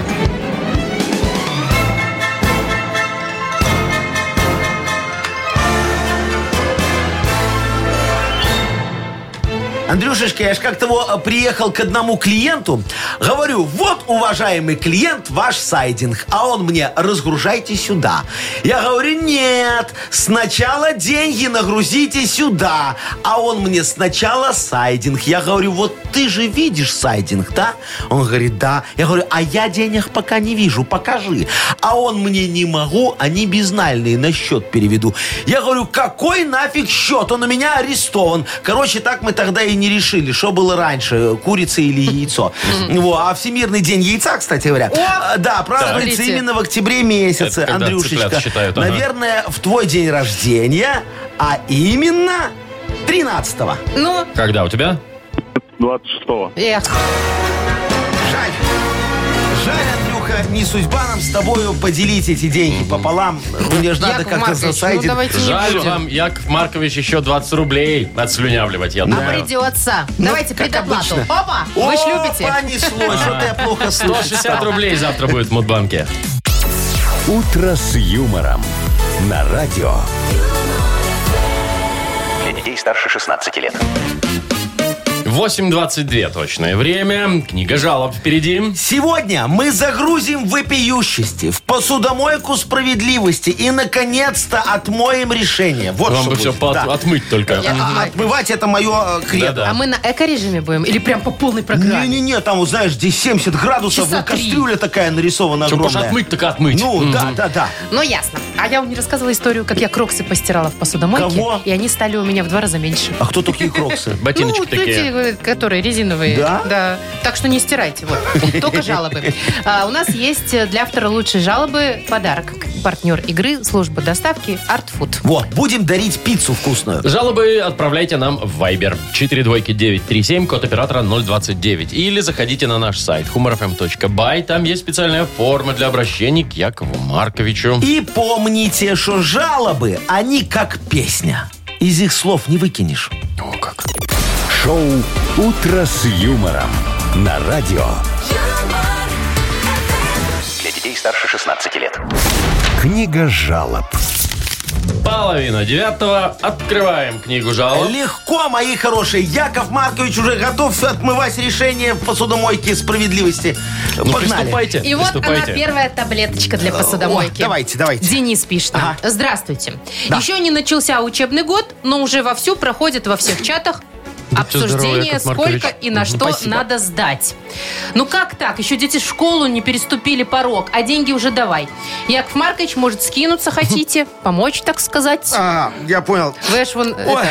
Speaker 4: Андрюшечка, я ж как-то во, э, приехал к одному клиенту. Говорю, вот, уважаемый клиент, ваш сайдинг. А он мне, разгружайте сюда. Я говорю, нет, сначала деньги нагрузите сюда. А он мне, сначала сайдинг. Я говорю, вот ты же видишь сайдинг, да? Он говорит, да. Я говорю, а я денег пока не вижу, покажи. А он мне, не могу, они безнальные, на счет переведу. Я говорю, какой нафиг счет? Он у меня арестован. Короче, так мы тогда и не решили, что было раньше, курица или яйцо. Во, А Всемирный день яйца, кстати говоря, э, да, празднуется
Speaker 3: Смотрите.
Speaker 4: именно в октябре месяце,
Speaker 2: Это когда
Speaker 4: Андрюшечка.
Speaker 2: цыплят считают, ага.
Speaker 4: Наверное, в твой день рождения, а именно 13-го.
Speaker 3: Ну,
Speaker 4: а.
Speaker 2: Когда у тебя?
Speaker 9: 26-го.
Speaker 3: эх,
Speaker 4: Жаль. Жаль, Андрюха, не судьба нам с тобою поделить эти деньги пополам. Мне же надо
Speaker 3: Яков
Speaker 4: а как-то
Speaker 3: Маркович,
Speaker 4: за
Speaker 3: ну
Speaker 4: сайтинг.
Speaker 3: давайте не
Speaker 2: Жаль
Speaker 3: будем.
Speaker 2: вам, Яков Маркович, еще 20 рублей отслюнявливать, я
Speaker 3: А
Speaker 2: думаю.
Speaker 3: придется. Давайте
Speaker 4: Ну, как
Speaker 3: предоплату.
Speaker 4: обычно.
Speaker 3: Опа, вы ж любите.
Speaker 4: понеслось. Вот я плохо слышу.
Speaker 2: 160 рублей завтра будет в Мудбанке.
Speaker 1: «Утро с юмором» на радио.
Speaker 5: Для детей старше 16 лет.
Speaker 2: 8.22 точное время. Книга жалоб впереди.
Speaker 4: Сегодня мы загрузим вопиющести в посудомойку справедливости и, наконец-то, отмоем решение. Вот
Speaker 2: Вам
Speaker 4: что
Speaker 2: бы все
Speaker 4: будет. Да.
Speaker 2: отмыть
Speaker 4: Я-
Speaker 2: только.
Speaker 4: а- Отмывать это э, мое кредо.
Speaker 2: Да-да.
Speaker 3: А мы на эко-режиме будем? Или прям по полной программе?
Speaker 4: Не-не-не, там, вот знаешь, здесь 70 градусов,
Speaker 3: Часа
Speaker 4: вот
Speaker 3: три.
Speaker 4: кастрюля такая нарисована
Speaker 2: Что,
Speaker 4: огромная.
Speaker 2: Паша, отмыть, так отмыть.
Speaker 4: Ну,
Speaker 2: Мгм.
Speaker 4: да-да-да.
Speaker 3: Ну, ясно. А я вам не рассказывала историю, как я кроксы постирала в посудомойке.
Speaker 4: Кого?
Speaker 3: И они стали у меня в два раза меньше.
Speaker 4: А кто такие кроксы?
Speaker 2: Ботиночки
Speaker 3: ну,
Speaker 2: такие.
Speaker 3: эти, э, которые резиновые.
Speaker 4: Да?
Speaker 3: Так что не стирайте. Вот. Только жалобы. А, у нас есть э, для автора лучшей жалобы подарок. Партнер игры, служба доставки Артфуд.
Speaker 4: Вот, будем дарить пиццу вкусную.
Speaker 2: Жалобы отправляйте нам в Viber 42937, код оператора 029. Или заходите на наш сайт humorfm.by. Там есть специальная форма для обращений к Якову Марковичу.
Speaker 4: И помните, что жалобы, они как песня. Из их слов не выкинешь.
Speaker 2: О, как.
Speaker 1: Шоу «Утро с юмором» на радио.
Speaker 5: Для детей старше 16 лет.
Speaker 1: Книга жалоб.
Speaker 2: Половина девятого. Открываем книгу жалоб.
Speaker 4: Легко, мои хорошие. Яков Маркович уже готов отмывать решение в посудомойке справедливости.
Speaker 2: Ну,
Speaker 4: Погнали.
Speaker 2: приступайте.
Speaker 3: И вот она
Speaker 2: приступайте.
Speaker 3: первая таблеточка для посудомойки.
Speaker 4: О, давайте, давайте.
Speaker 3: Денис пишет. нам.
Speaker 4: Ага.
Speaker 3: Здравствуйте.
Speaker 4: Да.
Speaker 3: Еще не начался учебный год, но уже вовсю проходит во всех чатах
Speaker 2: всё здорово,
Speaker 3: обсуждение,
Speaker 2: Яков Маркович.
Speaker 3: сколько и на
Speaker 2: Мгм,
Speaker 3: что
Speaker 2: спасибо.
Speaker 3: надо сдать. Ну как так? Еще дети в школу не переступили порог, а деньги уже давай. Яков Маркович, может, скинуться хотите? Помочь, так сказать?
Speaker 4: А, я понял.
Speaker 3: Вы ж вон... это,
Speaker 4: Ой,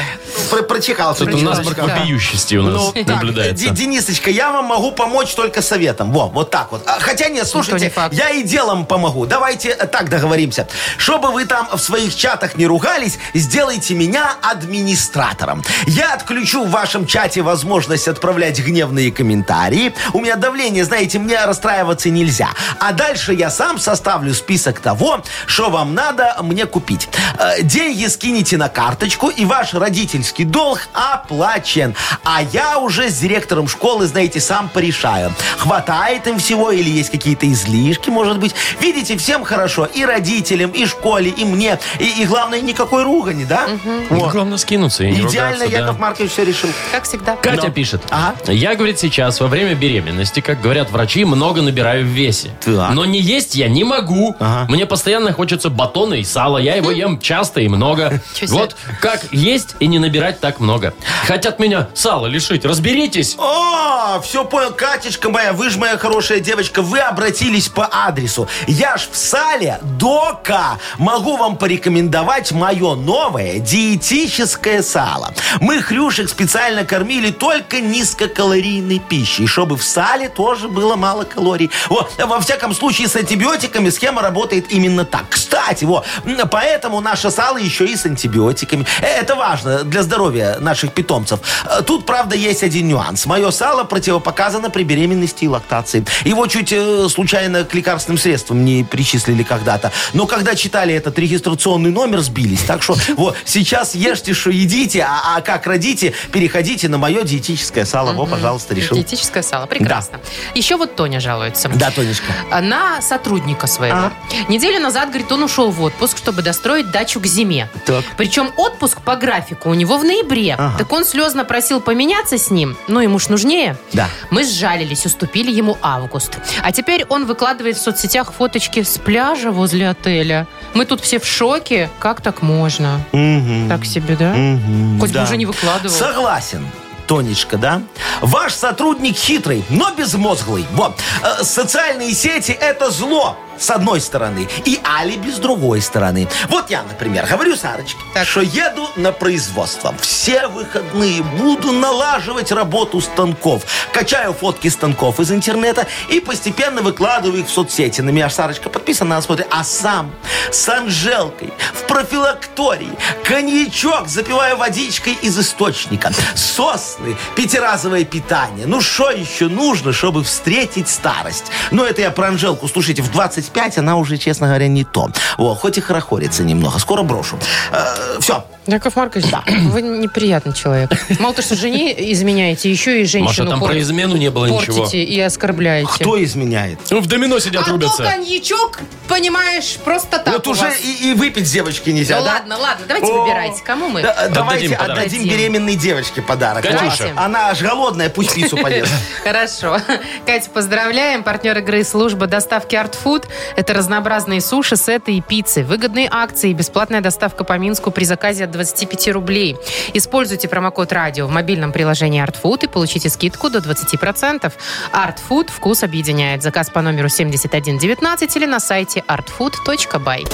Speaker 4: про- прочихался.
Speaker 2: Тут у нас
Speaker 4: немножко.
Speaker 3: Да.
Speaker 2: вопиющести у нас
Speaker 4: Ну, так, Де-
Speaker 2: наблюдается.
Speaker 4: Денисочка, я вам могу помочь только советом. Во, вот так вот. А, Хотя
Speaker 3: не
Speaker 4: нет, слушайте,
Speaker 3: факт.
Speaker 4: я и делом помогу. Давайте э, так договоримся. Чтобы вы там в своих чатах не ругались, сделайте меня администратором. Я отключу в вашем чате возможность отправлять гневные комментарии. У меня давление, знаете, мне расстраиваться нельзя. А дальше я сам составлю список того, что вам надо мне купить. Э, Деньги скинете на карточку, и ваш родительский долг оплачен. А я уже с директором школы, знаете, сам порешаю. Хватает им всего или есть какие-то излишки, может быть. Видите, всем хорошо. И родителям, и школе, и мне. И, и главное, никакой ругани, да? Вот.
Speaker 2: Главное скинуться и не
Speaker 4: Идеально
Speaker 2: ругаться, да.
Speaker 4: Яков Маркович все решил.
Speaker 3: Как всегда.
Speaker 2: Катя пишет.
Speaker 4: Ага.
Speaker 2: Я, говорит, сейчас во время беременности, как говорят врачи, много набираю в весе.
Speaker 4: Так.
Speaker 2: Но не есть я не могу.
Speaker 4: Ага.
Speaker 2: Мне постоянно хочется батона и сала. Я его ем часто и много.
Speaker 3: Чё себе.
Speaker 2: Вот как есть и не набирать так много. Хотят меня сала лишить. Разберитесь.
Speaker 4: О, все понял, Катечка моя, вы же моя хорошая девочка, вы обратились по адресу. Я ж в сале Дока могу вам порекомендовать мое новое диетическое сало. Мы хрюшек специально кормили только низкокалорийной пищей, чтобы в сале тоже было мало калорий. Во, во всяком случае, с антибиотиками схема работает именно так. Кстати, во, м, поэтому наше сало еще и с антибиотиками. Э, Это важно для здоровья наших питомцев. Э, Тут, правда, есть один нюанс. Мое сало противопоказано при беременности и лактации. Его чуть э, случайно к лекарственным средствам не причислили когда-то. Но когда читали этот регистрационный номер, сбились. Так что вот сейчас ешьте, что едите, а, а как родите, переходите на мое диетическое сало. Во, пожалуйста, решил.
Speaker 3: Диетическое сало. Прекрасно. Еще вот Тоня жалуется.
Speaker 4: Да, Тонечка.
Speaker 3: на сотрудника своего.
Speaker 4: А.
Speaker 3: Неделю назад, говорит, он ушел в отпуск, чтобы достроить дачу к зиме.
Speaker 4: Так.
Speaker 3: Причем отпуск по графику у него в ноябре.
Speaker 4: Ага.
Speaker 3: Так он слезно просил поменяться с ним, но ему ж нужнее.
Speaker 4: Да.
Speaker 3: Мы сжалились, уступили ему август. А теперь он выкладывает в соцсетях фоточки с пляжа возле отеля. Мы тут все в шоке. Как так можно?
Speaker 4: Мгм.
Speaker 3: Так себе, да?
Speaker 4: Мгм,
Speaker 3: Хоть
Speaker 4: да.
Speaker 3: бы уже не выкладывал.
Speaker 4: Согласен. Тонечка, да? Ваш сотрудник хитрый, но безмозглый. Вот. Э, Социальные сети – это зло. с одной стороны и алиби с другой стороны. Вот я, например, говорю Сарочке,
Speaker 3: Так.
Speaker 4: что еду на производство. Все выходные буду налаживать работу станков. Качаю фотки станков из интернета и постепенно выкладываю их в соцсети. На меня Сарочка подписана, она смотрит. А сам с Анжелкой в профилактории коньячок запиваю водичкой из источника. Сосны, пятиразовое питание. Ну, что еще нужно, чтобы встретить старость? Ну, это я про Анжелку. Слушайте, в 25 она уже, честно говоря, не то. Во, хоть и хорохорится немного. Скоро брошу. Э, все.
Speaker 3: Яков Маркович, вы неприятный человек. Мало того, что жене изменяете, еще и
Speaker 2: Маша,
Speaker 3: женщину
Speaker 2: там
Speaker 3: пор-
Speaker 2: про измену не было ничего.
Speaker 3: портите и оскорбляете.
Speaker 4: Кто изменяет?
Speaker 2: Ну, в домино сидят,
Speaker 3: а то
Speaker 2: рубятся.
Speaker 3: коньячок, понимаешь, просто так
Speaker 4: вот
Speaker 3: у
Speaker 4: уже
Speaker 3: вас.
Speaker 4: и, и выпить с девочки
Speaker 3: Ну
Speaker 4: нельзя, да?
Speaker 3: ладно, ладно, давайте
Speaker 4: О,
Speaker 3: выбирайте, кому мы.
Speaker 4: да, давайте
Speaker 2: подарок.
Speaker 4: отдадим
Speaker 3: Отдадим.
Speaker 4: беременной девочке подарок.
Speaker 2: Катюша.
Speaker 4: Она, она аж голодная, пусть пиццу поест.
Speaker 3: Хорошо. Катя, поздравляем. Партнер игры служба доставки Art Food. Это разнообразные суши, сеты и пиццы. Выгодные акции и бесплатная доставка по Минску при заказе от 25 рублей. Используйте промокод радио в мобильном приложении Art Food и получите скидку до 20%. Art Food вкус объединяет. Заказ по номеру 7119 или на сайте artfood.by.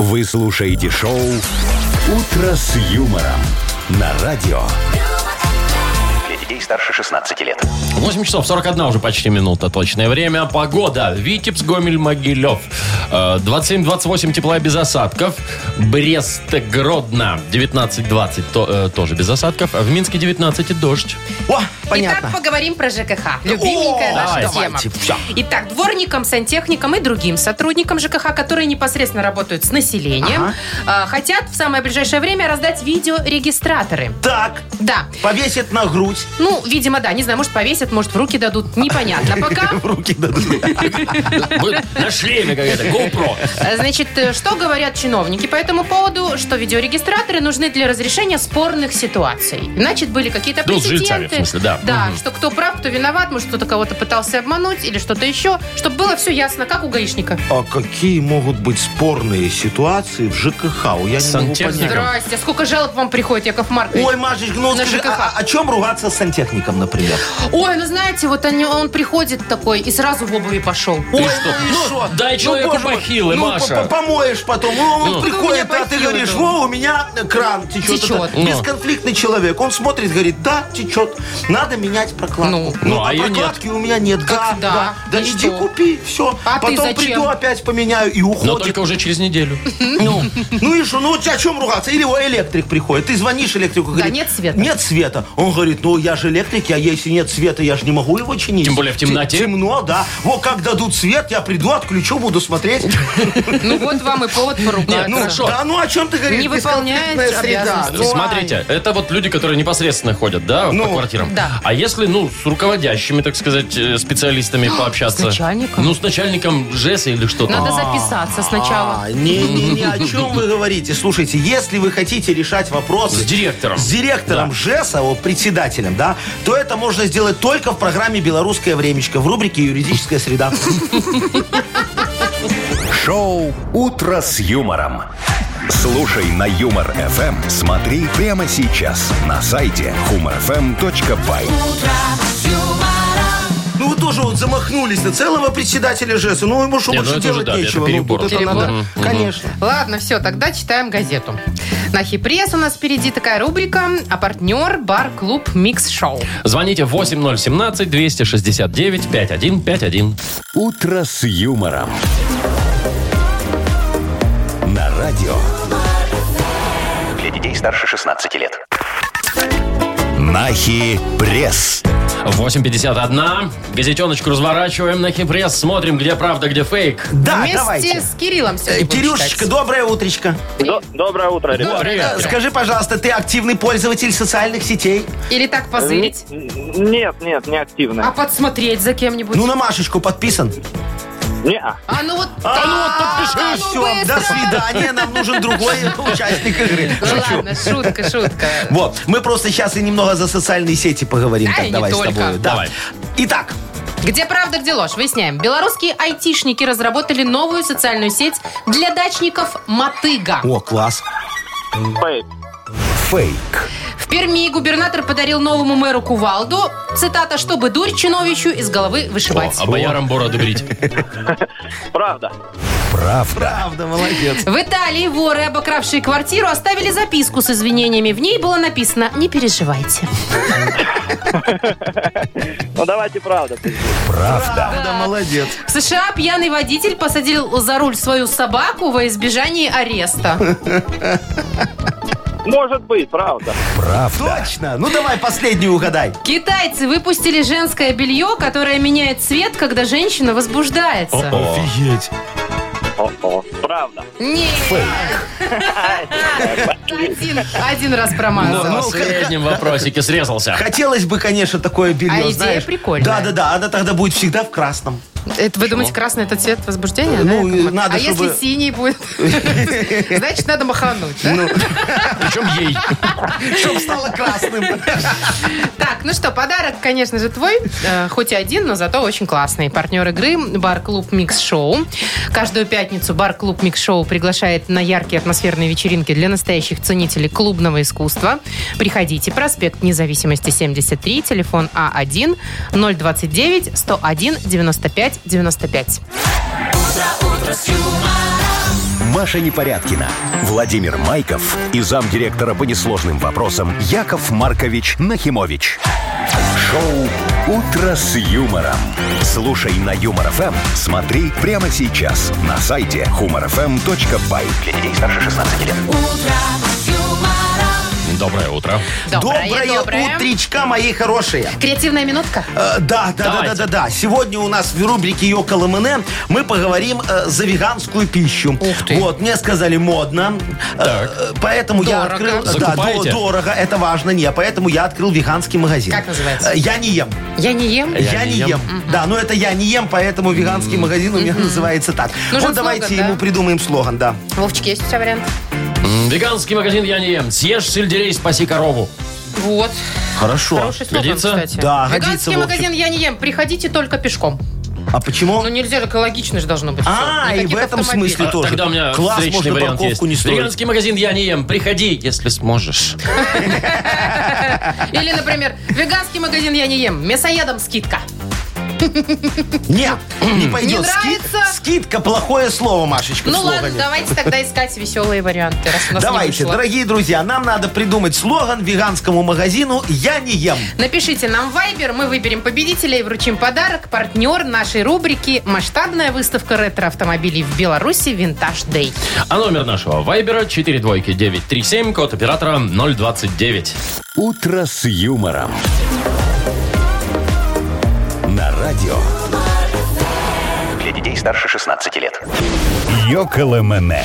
Speaker 1: Вы слушаете шоу «Утро с юмором» на радио.
Speaker 5: Для детей старше 16 лет.
Speaker 2: 8 часов 41 уже почти минута точное время. Погода. Витебс, Гомель, Могилев. Э, 27-28 тепла без осадков. Брест, Гродно 19-20 то- э, тоже без осадков. А в Минске 19 и дождь.
Speaker 4: О, понятно.
Speaker 3: Итак, поговорим про ЖКХ. Любименькая
Speaker 4: О,
Speaker 3: наша тема.
Speaker 4: давайте, всё.
Speaker 3: Итак, дворникам, сантехникам и другим сотрудникам ЖКХ, которые непосредственно работают с населением, э, хотят в самое ближайшее время раздать видеорегистраторы.
Speaker 4: Так,
Speaker 3: Да.
Speaker 4: повесит на грудь.
Speaker 3: Ну, видимо, да. Не знаю, может, повесят, может, в руки дадут. Непонятно пока.
Speaker 4: В руки дадут.
Speaker 2: Вы На шлеме какая-то. GoPro.
Speaker 3: Э, Значит, э, что говорят чиновники по этому поводу? Что видеорегистраторы нужны для разрешения спорных ситуаций. Значит, были какие-то
Speaker 2: Ну, с жильцами,
Speaker 3: президенты.
Speaker 2: в смысле, да.
Speaker 3: Да,
Speaker 2: Мгм.
Speaker 3: что кто прав, кто виноват, может, кто-то кого-то пытался обмануть или что-то еще, чтобы было все ясно, как у гаишника.
Speaker 4: А какие могут быть спорные ситуации в ЖКХ? Я не могу
Speaker 2: Сантехника.
Speaker 4: понять.
Speaker 3: Здрасте, сколько жалоб вам приходит, Яков Маркович?
Speaker 4: Ой, Машечка, ну вот
Speaker 3: На
Speaker 4: скажи,
Speaker 3: ЖКХ.
Speaker 4: а- а о чем ругаться с сантехником, например?
Speaker 3: Ой, ну знаете, вот они- он приходит такой и сразу в обуви пошел.
Speaker 4: Ой,
Speaker 2: что?
Speaker 4: и
Speaker 2: Ну,
Speaker 4: что?
Speaker 2: дай человеку
Speaker 4: боже мой.
Speaker 2: бахилы,
Speaker 4: Ну,
Speaker 2: Маша.
Speaker 4: по- по- Помоешь потом. Ну, он
Speaker 2: Ну.
Speaker 4: приходит,
Speaker 3: Ну, у меня
Speaker 4: а ты
Speaker 3: бахилы,
Speaker 4: говоришь,
Speaker 3: да.
Speaker 4: во, у меня кран течет.
Speaker 3: Течет.
Speaker 2: Ну.
Speaker 4: Это Бесконфликтный человек. Он смотрит, говорит, да, течет. Надо менять прокладку.
Speaker 3: Ну.
Speaker 2: Ну, а ее нет.
Speaker 4: прокладки у меня нет.
Speaker 3: Как да?
Speaker 4: Да, да. Да
Speaker 3: И
Speaker 4: иди
Speaker 3: что?
Speaker 4: купи, все.
Speaker 3: А ты
Speaker 4: Потом
Speaker 3: зачем?
Speaker 4: приду, опять поменяю и
Speaker 2: Но
Speaker 4: уходит.
Speaker 2: только уже через неделю.
Speaker 4: Ну, ну и что, ну о чем ругаться? Или его электрик приходит, ты звонишь электрику, говорит,
Speaker 3: нет света.
Speaker 4: Нет света. Он говорит, ну я же электрик, а если нет света, я же не могу его чинить.
Speaker 2: Тем более в темноте.
Speaker 4: Те- Темно, да. Вот как дадут свет, я приду, отключу, буду смотреть.
Speaker 3: Ну вот вам и повод поругаться.
Speaker 4: Ну,
Speaker 2: хорошо.
Speaker 4: да, ну о чем ты говоришь?
Speaker 3: Не выполняет
Speaker 4: Бесконфликтная среда.
Speaker 3: обязанности.
Speaker 4: Ну,
Speaker 2: Смотрите, это вот люди, которые непосредственно ходят, да,
Speaker 4: Ну,
Speaker 2: по квартирам.
Speaker 3: да.
Speaker 2: А если, ну, с руководящими, так сказать, э, специалистами пообщаться?
Speaker 3: А, начальником?
Speaker 2: Ну, с начальником ЖЭСа или что-то.
Speaker 3: Надо записаться сначала.
Speaker 4: А, не-не-не, о чем вы говорите? Слушайте, если вы хотите решать вопросы...
Speaker 2: С директором.
Speaker 4: С директором
Speaker 2: Да.
Speaker 4: ЖЭСа, вот, председателем, да, то это можно сделать только в программе «Белорусское времечко» в рубрике «Юридическая среда».
Speaker 1: Шоу «Утро с юмором». Слушай на Юмор ФМ. Смотри прямо сейчас на сайте humorfm.by.
Speaker 4: Ну вы тоже вот замахнулись на целого председателя ЖЭСа. Ну ему же
Speaker 2: Не, ну
Speaker 4: больше
Speaker 2: это
Speaker 4: делать
Speaker 2: уже да, это
Speaker 4: нечего.
Speaker 2: перебор.
Speaker 4: Ну, тут
Speaker 3: Перебор.
Speaker 4: надо- Конечно.
Speaker 3: Ладно, все, тогда читаем газету. На Хипресс у нас впереди такая рубрика, а партнер бар-клуб Микс Шоу.
Speaker 2: Звоните 8017-269-5151.
Speaker 1: «Утро с юмором». На радио
Speaker 5: Для детей старше 16 лет.
Speaker 1: «Нахи Пресс».
Speaker 2: 8.51. Газетеночку разворачиваем на хипресс. Смотрим, где правда, где фейк.
Speaker 4: Да,
Speaker 3: Вместе
Speaker 4: давайте.
Speaker 3: с Кириллом
Speaker 4: Э,
Speaker 3: сегодня будем
Speaker 4: Кирюшечка,
Speaker 3: читать.
Speaker 4: доброе утречко.
Speaker 9: До- доброе утро,
Speaker 2: О,
Speaker 9: ребят.
Speaker 2: привет.
Speaker 4: Э, Скажи, пожалуйста, ты активный пользователь социальных сетей?
Speaker 3: Или так позырить,
Speaker 9: Н- Нет, нет, не
Speaker 3: а
Speaker 9: активно.
Speaker 3: подсмотреть за кем-нибудь.
Speaker 4: Э, Ну, на Машечку подписан.
Speaker 9: Не-а.
Speaker 3: А ну вот
Speaker 4: А,
Speaker 3: так, ну
Speaker 4: Все,
Speaker 3: быстро.
Speaker 4: до свидания. Нам нужен другой участник игры.
Speaker 3: Ну
Speaker 4: Шучу.
Speaker 3: Ладно, шутка, шутка.
Speaker 4: Вот, мы просто сейчас и немного за социальные сети поговорим.
Speaker 3: Да,
Speaker 4: так,
Speaker 3: и не
Speaker 4: давай с
Speaker 3: только.
Speaker 4: тобой. Да.
Speaker 2: Давай.
Speaker 4: Итак,
Speaker 3: Где правда, где ложь? Выясняем. Белорусские айтишники разработали новую социальную сеть для дачников «Мотыга».
Speaker 4: о, класс.
Speaker 9: Фейк.
Speaker 1: Фейк.
Speaker 3: В Перми губернатор подарил новому мэру Кувалду, цитата, «чтобы дурь чиновичу из головы
Speaker 2: О,
Speaker 3: вышибать».
Speaker 2: а боярам бора добрить.
Speaker 9: Правда.
Speaker 4: Правда, молодец.
Speaker 3: В Италии воры, обокравшие квартиру, оставили записку с извинениями. В ней было написано «Не переживайте».
Speaker 9: Ну давайте правда.
Speaker 4: Правда, молодец.
Speaker 3: В США пьяный водитель посадил за руль свою собаку во избежание ареста.
Speaker 9: Может быть, правда.
Speaker 4: Точно. Ну давай последнюю угадай.
Speaker 3: Китайцы выпустили женское белье, которое меняет цвет, когда женщина возбуждается.
Speaker 4: Офигеть.
Speaker 9: О-о. Правда.
Speaker 3: Не. Один, один раз
Speaker 2: В
Speaker 3: промазал.
Speaker 2: последнем вопросике срезался.
Speaker 4: Хотелось бы, конечно, такое белье,
Speaker 3: А идея
Speaker 4: знаешь.
Speaker 3: прикольная.
Speaker 4: Да-да-да, она тогда будет всегда в красном.
Speaker 3: Это, вы думаете, красный это цвет возбуждения?
Speaker 4: Э,
Speaker 3: да,
Speaker 4: ну,
Speaker 3: Яков Маркович?
Speaker 4: надо,
Speaker 3: а
Speaker 4: чтобы-
Speaker 3: если синий будет? Значит, надо махануть. да?
Speaker 2: Причем ей.
Speaker 4: Чтоб стало красным.
Speaker 3: Так, ну что, подарок, конечно же, твой. Э, Хоть и один, но зато очень классный. Партнер игры «Бар-клуб Микс Шоу». Каждую пятницу «Бар-клуб Микс Шоу» приглашает на яркие атмосферные вечеринки для настоящих ценителей клубного искусства. Приходите. Проспект Независимости, 73, телефон А А1 029 101 95 95.
Speaker 1: Маша Непорядкина, Владимир Майков и замдиректора по несложным вопросам Яков Маркович Нахимович. Шоу «Утро с юмором». Слушай на Юмор ФМ, смотри прямо сейчас на сайте humorfm.by. Для детей старше 16 лет.
Speaker 2: Доброе утро.
Speaker 4: Доброе утречка, мои хорошие.
Speaker 3: Креативная минутка.
Speaker 4: Э, Да, да, да,
Speaker 2: Давайте.
Speaker 4: да, да, да. Сегодня у нас в рубрике Йоко МНМ» мы поговорим э, за веганскую пищу.
Speaker 3: Ух ты.
Speaker 4: Вот, мне сказали модно. Э, э, Поэтому я
Speaker 3: Дорого.
Speaker 4: открыл. Да,
Speaker 2: Закупаете?
Speaker 4: до- дорого, это важно, не. Поэтому я открыл веганский магазин.
Speaker 3: Как называется?
Speaker 4: Э, Я не ем.
Speaker 3: Я не ем.
Speaker 4: Я, не ем. Да, но это я не ем, поэтому веганский магазин у меня называется так.
Speaker 3: Нужен
Speaker 4: вот давайте
Speaker 3: слоган, да?
Speaker 4: ему придумаем слоган, да.
Speaker 3: Вовчик, есть у тебя вариант?
Speaker 2: М, Веганский магазин я не ем. Съешь сельдерей, спаси корову.
Speaker 3: Вот.
Speaker 4: Хорошо.
Speaker 3: Хороший слоган,
Speaker 2: Годится?
Speaker 3: кстати.
Speaker 4: Да, годится,
Speaker 3: Веганский
Speaker 4: Вовчик.
Speaker 3: магазин я не ем. Приходите только пешком.
Speaker 4: А почему?
Speaker 3: Ну нельзя же, экологично же должно быть. всё.
Speaker 4: А, и
Speaker 3: Никаких
Speaker 4: в этом
Speaker 3: автомобилей.
Speaker 4: смысле
Speaker 2: А,
Speaker 4: тоже.
Speaker 2: Тогда у меня
Speaker 4: Класс,
Speaker 2: встречный
Speaker 4: можно
Speaker 2: вариант
Speaker 4: парковку
Speaker 2: есть.
Speaker 4: не строить.
Speaker 2: Веганский магазин я не ем. Приходи, если сможешь.
Speaker 3: Или, например, веганский магазин я не ем. Мясоедам скидка.
Speaker 4: Нет, не пойдет.
Speaker 3: Не
Speaker 4: Ски-
Speaker 3: нравится?
Speaker 4: Скидка плохое слово, Машечка. в
Speaker 3: Ну ладно,
Speaker 4: слогане.
Speaker 3: давайте тогда искать веселые варианты, раз у нас не
Speaker 4: Давайте,
Speaker 3: вышло.
Speaker 4: дорогие друзья, нам надо придумать слоган веганскому магазину «Я не ем».
Speaker 3: Напишите нам в Viber, мы выберем победителя и вручим подарок. Партнер нашей рубрики «Масштабная выставка ретро-автомобилей в Беларуси Винтаж Дэй».
Speaker 2: А номер нашего вайбера 42937, код оператора 029.
Speaker 1: «Утро с юмором». На радио
Speaker 5: Для детей старше 16 лет.
Speaker 1: «Йоколэмэне».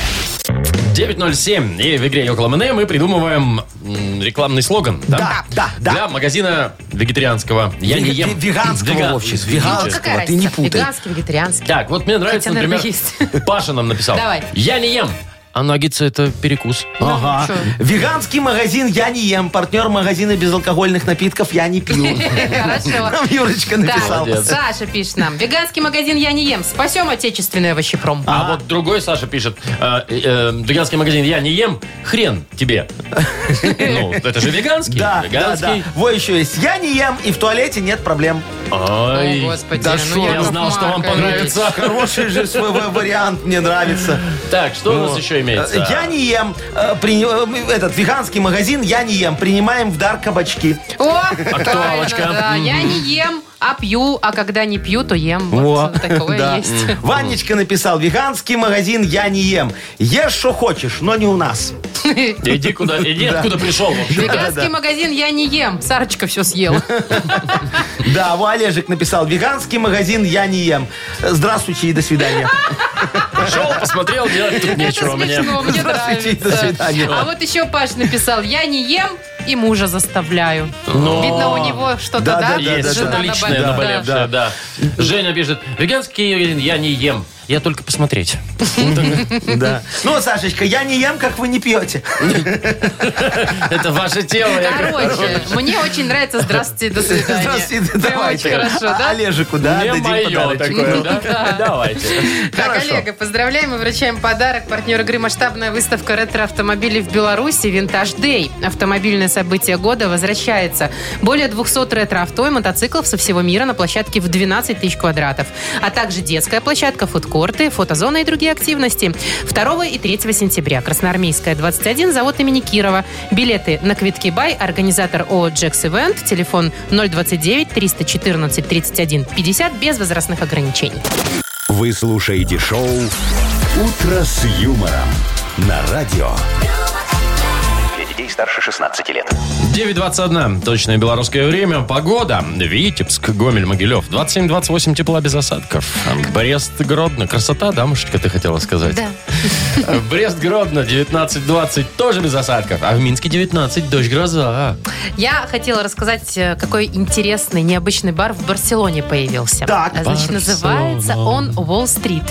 Speaker 2: 907. И в игре Йокла Мене мы придумываем м, рекламный слоган.
Speaker 4: Да, да, да.
Speaker 2: Для магазина вегетарианского я не
Speaker 4: Вега-
Speaker 2: ем.
Speaker 4: веганского,
Speaker 2: Веган-
Speaker 4: Вовчик,
Speaker 2: извините.
Speaker 4: веганского.
Speaker 3: Ну, Какая
Speaker 4: ну, ты не
Speaker 3: разница,
Speaker 4: путай.
Speaker 3: веганский, вегетарианский.
Speaker 2: Так, вот мне нравится,
Speaker 3: Хотя,
Speaker 2: например,
Speaker 3: наверное, есть.
Speaker 2: Паша нам написал.
Speaker 3: Давай.
Speaker 2: Я не ем. А наггетсы это перекус. А
Speaker 4: Ага.
Speaker 3: Ну, чё?
Speaker 4: Веганский магазин «Я не ем». Партнер магазина безалкогольных напитков «Я не пью».
Speaker 3: Хорошо.
Speaker 4: Нам Юрочка
Speaker 3: Так,
Speaker 4: написал.
Speaker 2: Молодец.
Speaker 3: Саша пишет нам. Веганский магазин я не ем. Спасем отечественный овощепром.
Speaker 2: А вот другой Саша пишет, э, э, веганский магазин я не ем, хрен тебе. Ну, это же веганский.
Speaker 4: Да, да, да.
Speaker 2: Веганский.
Speaker 4: Во еще есть «Я не ем» и в туалете нет проблем.
Speaker 2: Ой,
Speaker 3: О, господи,
Speaker 4: да
Speaker 3: ну,
Speaker 4: шо,
Speaker 2: я
Speaker 3: Яков
Speaker 2: знал, что вам
Speaker 3: Маркович.
Speaker 2: понравится.
Speaker 4: Хороший же свой ва- вариант, мне нравится.
Speaker 2: Так, что у нас еще имеется?
Speaker 4: Э, Я не ем. э, при- э, Этот веганский магазин «Я не ем». Принимаем в дар кабачки.
Speaker 3: О,
Speaker 2: Актуалочка.
Speaker 3: правильно, да. Я не ем, а пью, а когда не пью, то ем.
Speaker 4: Во,
Speaker 3: Вот что-то такое
Speaker 4: да.
Speaker 3: есть.
Speaker 4: Ванечка написал, веганский магазин я не ем. Ешь, что хочешь, но не у нас.
Speaker 2: Иди куда, иди откуда пришел. в общем.
Speaker 3: Веганский магазин я не ем. Сарочка все съела.
Speaker 4: Да, во, Олежек написал, веганский магазин я не ем. Здравствуйте и до свидания.
Speaker 2: Пришел, посмотрел, делать тут
Speaker 3: Это
Speaker 2: нечего мне.
Speaker 3: смешно, мне
Speaker 4: Здравствуйте и до
Speaker 3: нравится.
Speaker 4: свидания.
Speaker 3: А вот еще Паш написал, я не ем и мужа заставляю.
Speaker 2: Но- А,
Speaker 3: Видно, у него что-то, да?
Speaker 4: Да, да, да,
Speaker 2: Есть
Speaker 4: да,
Speaker 2: что-то
Speaker 4: да.
Speaker 2: личное
Speaker 4: Да,
Speaker 2: наболевшее, да. Женя пишет, веганский я не ем. Я только посмотреть.
Speaker 4: Да. Ну, Сашечка, я не ем, как вы не пьете.
Speaker 2: Это ваше тело. я говорю.
Speaker 3: Короче, мне очень нравится «Здравствуйте, до свидания».
Speaker 4: Здравствуйте,
Speaker 3: Прям
Speaker 4: давайте.
Speaker 3: очень хорошо,
Speaker 4: А-
Speaker 3: да? Ну
Speaker 4: Олежику, да,
Speaker 2: Не
Speaker 4: дадим
Speaker 2: мое
Speaker 4: подарочек.
Speaker 2: такое, да? Давайте.
Speaker 3: Так,
Speaker 4: Хорошо.
Speaker 3: Олега, поздравляем и вручаем подарок. Партнер игры «Масштабная выставка ретро-автомобилей в Беларуси» «Винтаж Дэй». Автомобильное событие года возвращается. Более 200 ретро-авто и мотоциклов со всего мира на площадке в 12 тысяч квадратов. А также детская площадка, фудкорты, фотозоны и другие активности. 2 и 3 сентября. Красноармейская, 21, завод имени Кирова. Билеты на Квитки Бай, организатор ООО «Джекс Ивент», телефон 029 314 31 50 без возрастных ограничений.
Speaker 1: Вы слушаете шоу «Утро с юмором» на радио.
Speaker 5: Для детей старше 16 лет.
Speaker 2: 9.21. Точное белорусское время. Погода. Витебск, Гомель, Могилев. 27-28 тепла без осадков. Брест, Гродно. Красота, да, Машечка, ты хотела сказать?
Speaker 3: Да.
Speaker 2: Брест, Гродно. 19-20 тоже без осадков. А в Минске 19. Дождь, гроза.
Speaker 3: Я хотела рассказать, э, какой интересный, необычный бар в Барселоне появился.
Speaker 4: Так.
Speaker 3: А, Значит,
Speaker 2: Барселона.
Speaker 3: называется он Уолл-стрит.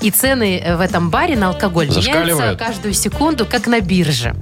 Speaker 3: И цены э, в этом баре на алкоголь меняются
Speaker 2: Зашкаливают?
Speaker 3: каждую секунду, как на бирже.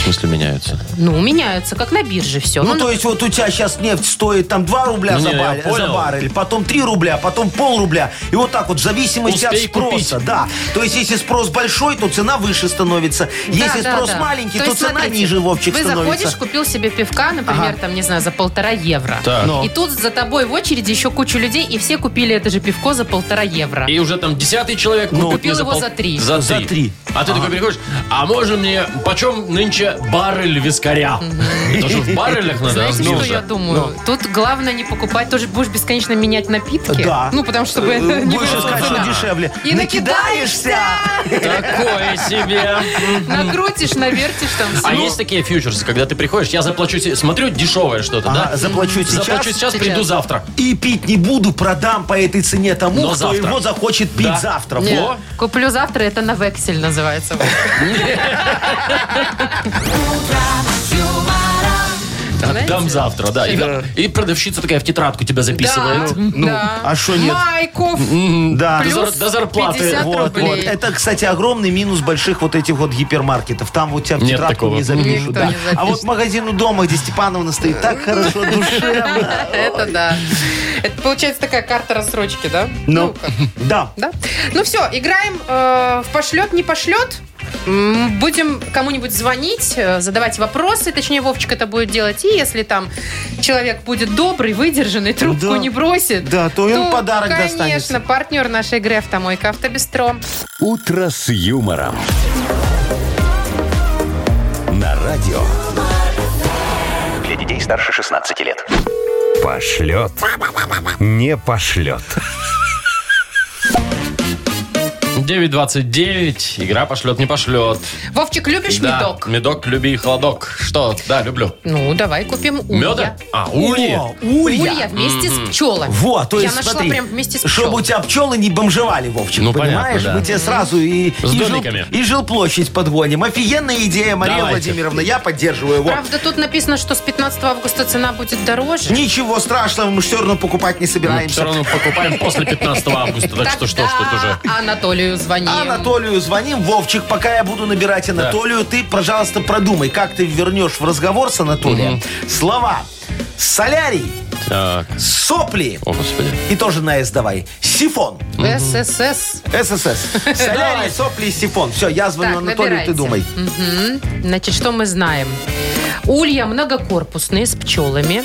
Speaker 2: В смысле меняются?
Speaker 3: Ну, меняются, как на бирже все.
Speaker 4: Ну, то есть вот у тебя сейчас нефть стоит там 2 рубля
Speaker 2: Ну, Не,
Speaker 4: за,
Speaker 2: я
Speaker 4: баррель,
Speaker 2: понял.
Speaker 4: за баррель, потом 3 рубля, а потом пол рубля. И вот так вот, в зависимости
Speaker 2: Успей
Speaker 4: от спроса.
Speaker 2: купить.
Speaker 4: Да. То есть, если спрос большой, то цена выше становится. если спрос маленький, то,
Speaker 3: есть,
Speaker 4: цена
Speaker 3: смотрите,
Speaker 4: ниже, Вовчик,
Speaker 3: Вы
Speaker 4: становится.
Speaker 3: заходишь, купил себе пивка, например,
Speaker 4: Ага.
Speaker 3: там, не знаю, за полтора евро.
Speaker 2: Так.
Speaker 4: Ну.
Speaker 3: И тут за тобой в очереди еще куча людей, и все купили это же пивко за полтора евро.
Speaker 2: И уже там десятый человек
Speaker 4: Ну.
Speaker 2: купит
Speaker 3: Купил
Speaker 2: мне
Speaker 3: его за три.
Speaker 2: За три.
Speaker 4: За три.
Speaker 2: А ты такой приходишь, а можно мне, почем нынче баррель вискаря? Тоже в баррелях надо
Speaker 3: Знаете, что я
Speaker 2: размножить.
Speaker 4: Ну.
Speaker 3: думаю? Тут главное не покупать, тоже будешь бесконечно менять напитки.
Speaker 4: Да.
Speaker 3: Ну, потому что чтобы
Speaker 4: Э,
Speaker 3: не
Speaker 4: Будешь
Speaker 3: выросла
Speaker 4: искать, что
Speaker 3: цена.
Speaker 4: дешевле.
Speaker 3: И накидаешься,
Speaker 2: Такое себе.
Speaker 3: накрутишь, навертишь там все.
Speaker 2: А есть такие фьючерсы, когда ты приходишь, я заплачу, се- смотрю, дешевое что-то,
Speaker 4: Ага,
Speaker 2: да?
Speaker 4: заплачу сейчас.
Speaker 2: Заплачу сейчас,
Speaker 3: Сейчас.
Speaker 2: приду завтра.
Speaker 4: И пить не буду, продам по этой цене тому,
Speaker 2: Но
Speaker 4: кто
Speaker 2: завтра.
Speaker 4: его захочет пить
Speaker 2: Да.
Speaker 4: завтра.
Speaker 2: Не.
Speaker 4: Во.
Speaker 2: Во.
Speaker 3: Ну, Куплю завтра, это на вексель называется. Знаете?
Speaker 2: Дам завтра, да. И, и продавщица такая в тетрадку тебя записывает.
Speaker 4: Ну, а шо нет?
Speaker 3: Майков.
Speaker 4: Да.
Speaker 2: До зар-
Speaker 3: Плюс
Speaker 2: до зарплаты.
Speaker 3: 50
Speaker 4: Вот, вот.
Speaker 3: рублей.
Speaker 4: Это, кстати, огромный минус больших вот этих вот гипермаркетов. Там вот тебя в
Speaker 2: Нет
Speaker 4: тетрадку
Speaker 2: такого.
Speaker 4: не запишут.
Speaker 3: Никто
Speaker 4: да.
Speaker 3: не запишет.
Speaker 4: А вот магазин у дома, где Степановна стоит, так хорошо, душевно.
Speaker 3: Это да. Это получается такая карта рассрочки, да?
Speaker 4: Ну,
Speaker 3: как,
Speaker 4: да.
Speaker 3: да? Ну все, играем э, в пошлет, не пошлет. М, Будем кому-нибудь звонить, э, задавать вопросы, точнее, Вовчик это будет делать. И если там человек будет добрый, выдержанный, трубку
Speaker 4: Да.
Speaker 3: не бросит,
Speaker 4: Да, то им подарок
Speaker 3: конечно,
Speaker 4: достанется.
Speaker 3: партнер нашей игры «Автомойка Автобестро».
Speaker 1: «Утро с юмором». На радио
Speaker 5: Для детей старше 16 лет.
Speaker 1: пошлет. Не пошлет.
Speaker 2: 9.29, игра пошлет, не пошлет.
Speaker 3: Вовчик, любишь
Speaker 2: Да,
Speaker 3: медок?
Speaker 2: Медок, люби и холодок. Что? Да, люблю.
Speaker 3: Ну, давай купим улья.
Speaker 2: Меда? А, ули.
Speaker 4: О, улья.
Speaker 3: Улья вместе с пчелами.
Speaker 4: Вот, то
Speaker 3: Я
Speaker 4: есть,
Speaker 3: нашла
Speaker 4: смотри,
Speaker 3: прям вместе с
Speaker 4: чтобы
Speaker 3: пчелами.
Speaker 4: у тебя пчелы не бомжевали, Вовчик,
Speaker 2: Ну, понятно,
Speaker 4: понимаешь?
Speaker 2: да.
Speaker 4: Мы тебе сразу и,
Speaker 2: С
Speaker 4: и,
Speaker 2: домиками.
Speaker 4: и жилплощадь подгоним. Офигенная идея, Мария
Speaker 2: Давайте.
Speaker 4: Владимировна, я поддерживаю его.
Speaker 3: Правда, тут написано, что с 15 августа цена будет дороже.
Speaker 4: Ничего страшного, мы все равно покупать не
Speaker 2: Все
Speaker 4: собираемся.
Speaker 2: Ну, равно покупаем после 15 августа, так что что ж тут уже.
Speaker 3: Тогда Анатолию звоним.
Speaker 4: А Анатолию звоним. Вовчик, пока я буду набирать Анатолию, ты, пожалуйста, продумай, как ты вернешь в разговор с Анатолием слова солярий,
Speaker 2: Так,
Speaker 4: сопли
Speaker 2: о господи.
Speaker 4: и тоже на «С» давай. Сифон.
Speaker 3: ССС.
Speaker 4: ССС. Солярий, сопли и сифон. Все, я звоню
Speaker 3: Так,
Speaker 4: Анатолию,
Speaker 3: набирайте.
Speaker 4: ты думай.
Speaker 3: Мгм. Значит, что мы знаем? Улья многокорпусные с пчелами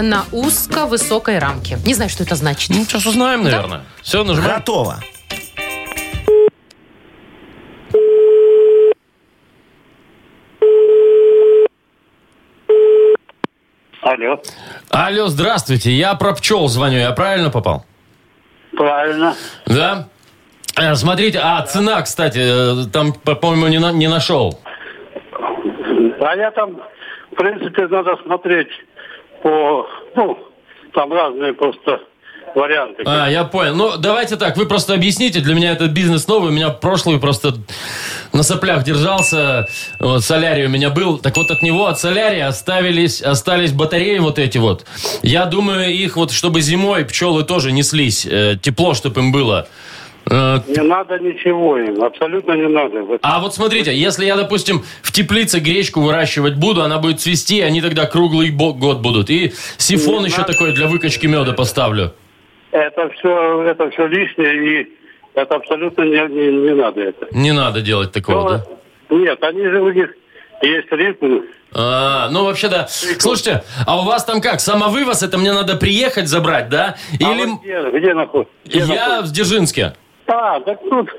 Speaker 3: на узко-высокой рамке. Не знаю, что это значит.
Speaker 2: Ну, сейчас узнаем, наверное. Все, нажимаем.
Speaker 4: Готово.
Speaker 9: Алло,
Speaker 2: Алло, здравствуйте, я про пчел звоню, я правильно попал?
Speaker 9: правильно.
Speaker 2: Да? Э, Смотрите, а цена, кстати, э, там, по- по-моему, не, на- не нашел.
Speaker 9: А я там, в принципе, надо смотреть по, ну, там разные просто варианты.
Speaker 2: А, я понял. Ну, давайте так, вы просто объясните. Для меня этот бизнес новый, у меня прошлый просто на соплях держался. Вот, солярий у меня был. Так вот, от него, от солярия оставились, остались батареи вот эти вот. Я думаю, их вот, чтобы зимой пчелы тоже неслись, э, тепло, чтобы им было. Э,
Speaker 9: Не надо ничего им, абсолютно не надо. Вот.
Speaker 2: А вот смотрите, если я, допустим, в теплице гречку выращивать буду, она будет цвести, и они тогда круглый бо- год будут. И сифон
Speaker 9: Не
Speaker 2: еще
Speaker 9: надо.
Speaker 2: такой для выкачки меда поставлю.
Speaker 9: Это все, это все лишнее и это абсолютно не, не, не надо это.
Speaker 2: Не надо делать
Speaker 9: Ну,
Speaker 2: такого, да?
Speaker 9: Нет, они же у них есть ритм.
Speaker 2: А, ну вообще да. Слушайте, а у вас там как? Самовывоз это мне надо приехать забрать, да?
Speaker 9: А
Speaker 2: Или
Speaker 9: вот где, где наход- где
Speaker 2: я
Speaker 9: находится?
Speaker 2: в Дзержинске?
Speaker 9: А, так тут,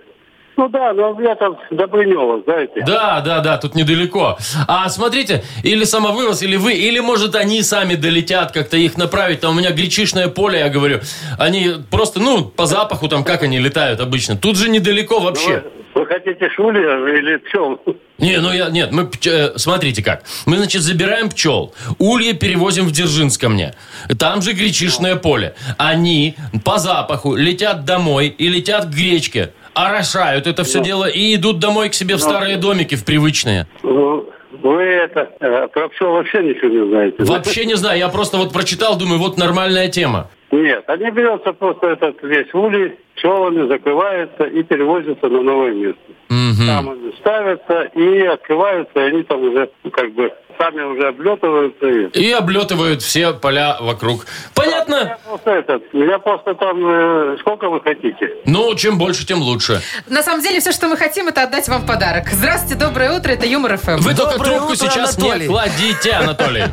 Speaker 9: ну да, но я там Добрынева, знаете.
Speaker 2: Да, да, да, тут недалеко. А смотрите, или самовывоз, или вы, или может они сами долетят, как-то их направить. Там у меня гречишное поле, я говорю. Они просто, ну, по запаху там, как они летают обычно. Тут же недалеко
Speaker 9: Ну,
Speaker 2: вообще.
Speaker 9: Вы, вы хотите шулера или пчел?
Speaker 2: Не, ну я, нет, мы, пч- э, смотрите как. Мы, значит, забираем пчел, улья перевозим в Дзержинск ко мне. Там же гречишное поле. Они по запаху летят домой и летят к гречке. Орошают это все дело и идут домой к себе в старые домики, в привычные.
Speaker 9: Ну, Вы это, э, про пчел вообще ничего не знаете.
Speaker 2: Вообще не знаю, я просто вот прочитал, думаю, вот нормальная тема.
Speaker 9: Нет, они берется просто этот весь улей, пчелами закрывается и перевозится на новое место. Там они ставятся и открываются, и они там уже ну, как бы сами уже облетываются. И...
Speaker 2: И облетывают все поля вокруг. Понятно?
Speaker 9: Я просто этот, я просто там, э, сколько вы хотите?
Speaker 2: Ну, чем больше, тем лучше.
Speaker 3: На самом деле, все, что мы хотим, это отдать вам в подарок. Здравствуйте, доброе утро, это Юмор Эм. ФМ.
Speaker 2: Вы только
Speaker 4: Доброе
Speaker 2: трубку
Speaker 4: утро,
Speaker 2: сейчас не
Speaker 4: Анатолий.
Speaker 2: кладите, Анатолий.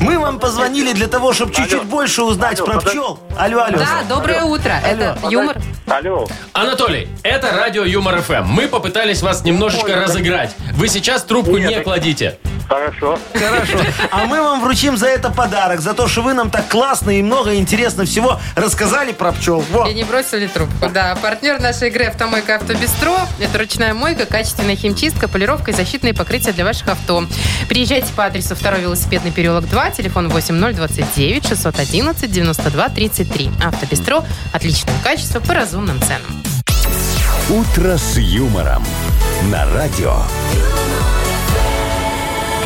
Speaker 4: Мы вам позвонили для того, чтобы чуть-чуть больше узнать
Speaker 9: Алло,
Speaker 4: про
Speaker 9: подож-
Speaker 4: пчел. Алло, алло.
Speaker 3: Да, доброе утро, это Юмор.
Speaker 9: Алло.
Speaker 2: Анатолий, это радио Юмор ФМ. Мы попытались вас немножечко разыграть. Вы сейчас трубку не кладите.
Speaker 9: Хорошо.
Speaker 4: Хорошо. А мы вам вручим за это подарок, за то, что вы нам так классно и много интересно всего рассказали про пчел. Во.
Speaker 3: И не бросили трубку. Да, партнер нашей игры «Автомойка Автобестро». Это ручная мойка, качественная химчистка, полировка и защитные покрытия для ваших авто. Приезжайте по адресу 2 велосипедный переулок 2, телефон 8029 611 92 33. Автобестро – отличное качество по разумным ценам.
Speaker 1: «Утро с юмором» на радио.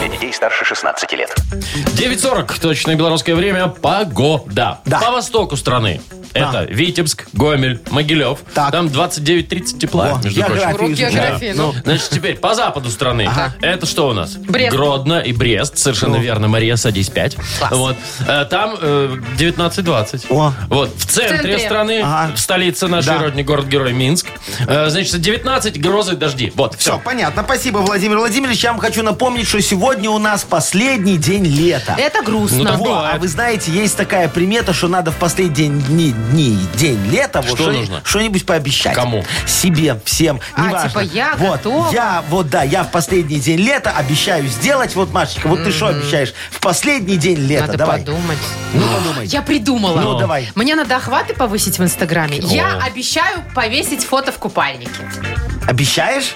Speaker 5: Для детей старше 16 лет.
Speaker 2: 9.40, точное белорусское время, погода.
Speaker 4: Да.
Speaker 2: По востоку страны. Это Витебск, Гомель, Могилев.
Speaker 4: Так.
Speaker 2: Там 29-30 тепла,
Speaker 4: Во,
Speaker 2: между прочим.
Speaker 4: географию
Speaker 3: Урок
Speaker 4: изучаю.
Speaker 3: географии,
Speaker 2: Да.
Speaker 3: ну.
Speaker 2: Значит, теперь по западу страны. Это что у нас?
Speaker 3: Брест.
Speaker 2: Гродно и Брест. Совершенно верно, Мария, садись 5. Вот. Э, Там э, 19-20.
Speaker 4: О.
Speaker 2: Вот. В центре,
Speaker 3: В центре.
Speaker 2: страны,
Speaker 4: Ага.
Speaker 2: в столице нашей
Speaker 4: Да.
Speaker 2: родни, город-герой Минск. Э, Значит, 19, грозы, дожди. Вот,
Speaker 4: Все,
Speaker 2: все.
Speaker 4: понятно. Спасибо, Владимир Владимирович. Я вам хочу напомнить, что сегодня у нас последний день лета.
Speaker 3: Это грустно.
Speaker 2: Ну, так
Speaker 4: Во,
Speaker 2: бывает.
Speaker 4: а вы знаете, есть такая примета, что надо в последний день, дни, дни, день лета вот
Speaker 2: Что
Speaker 4: что-
Speaker 2: нужно?
Speaker 4: что-нибудь пообещать.
Speaker 2: Кому?
Speaker 4: Себе, всем,
Speaker 3: А,
Speaker 4: неважно.
Speaker 3: типа, я
Speaker 4: вот,
Speaker 3: готова.
Speaker 4: Я, вот да, я в последний день лета обещаю сделать. Вот, Машечка, вот ты что обещаешь? В последний день лета,
Speaker 3: Надо
Speaker 4: давай.
Speaker 3: подумать.
Speaker 4: Ну, подумай.
Speaker 3: Я придумала.
Speaker 4: Ну, давай.
Speaker 3: Мне надо охваты повысить в Инстаграме. Я
Speaker 2: О.
Speaker 3: обещаю повесить фото в купальнике.
Speaker 4: Обещаешь?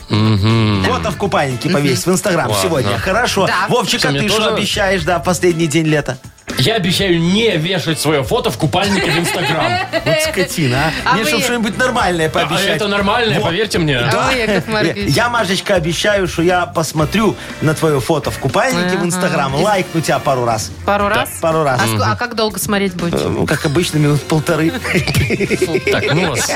Speaker 4: Фото в купальнике повесить в Инстаграм
Speaker 2: Ладно.
Speaker 4: сегодня. Хорошо.
Speaker 3: Да.
Speaker 4: Вовчик,
Speaker 2: Что,
Speaker 4: а
Speaker 2: мне
Speaker 4: ты что
Speaker 2: тоже?
Speaker 4: обещаешь, да, в последний день лета?
Speaker 2: Я обещаю не вешать свое фото в купальнике в Инстаграм.
Speaker 4: Вот скотина, а.
Speaker 3: А
Speaker 4: Мне
Speaker 3: вы-
Speaker 4: чтоб что-нибудь нормальное
Speaker 2: А
Speaker 4: пообещать.
Speaker 2: это нормально,
Speaker 4: Во.
Speaker 2: поверьте мне.
Speaker 3: А вы, Яков Маркович?
Speaker 4: Я, Машечка, обещаю, что я посмотрю на твое фото в купальнике в Инстаграм, лайкну тебя пару раз.
Speaker 3: Пару раз?
Speaker 4: пару раз.
Speaker 3: А, ск- а как долго смотреть будете?
Speaker 4: Ну, как обычно, минут полторы.
Speaker 2: Так, ну вас.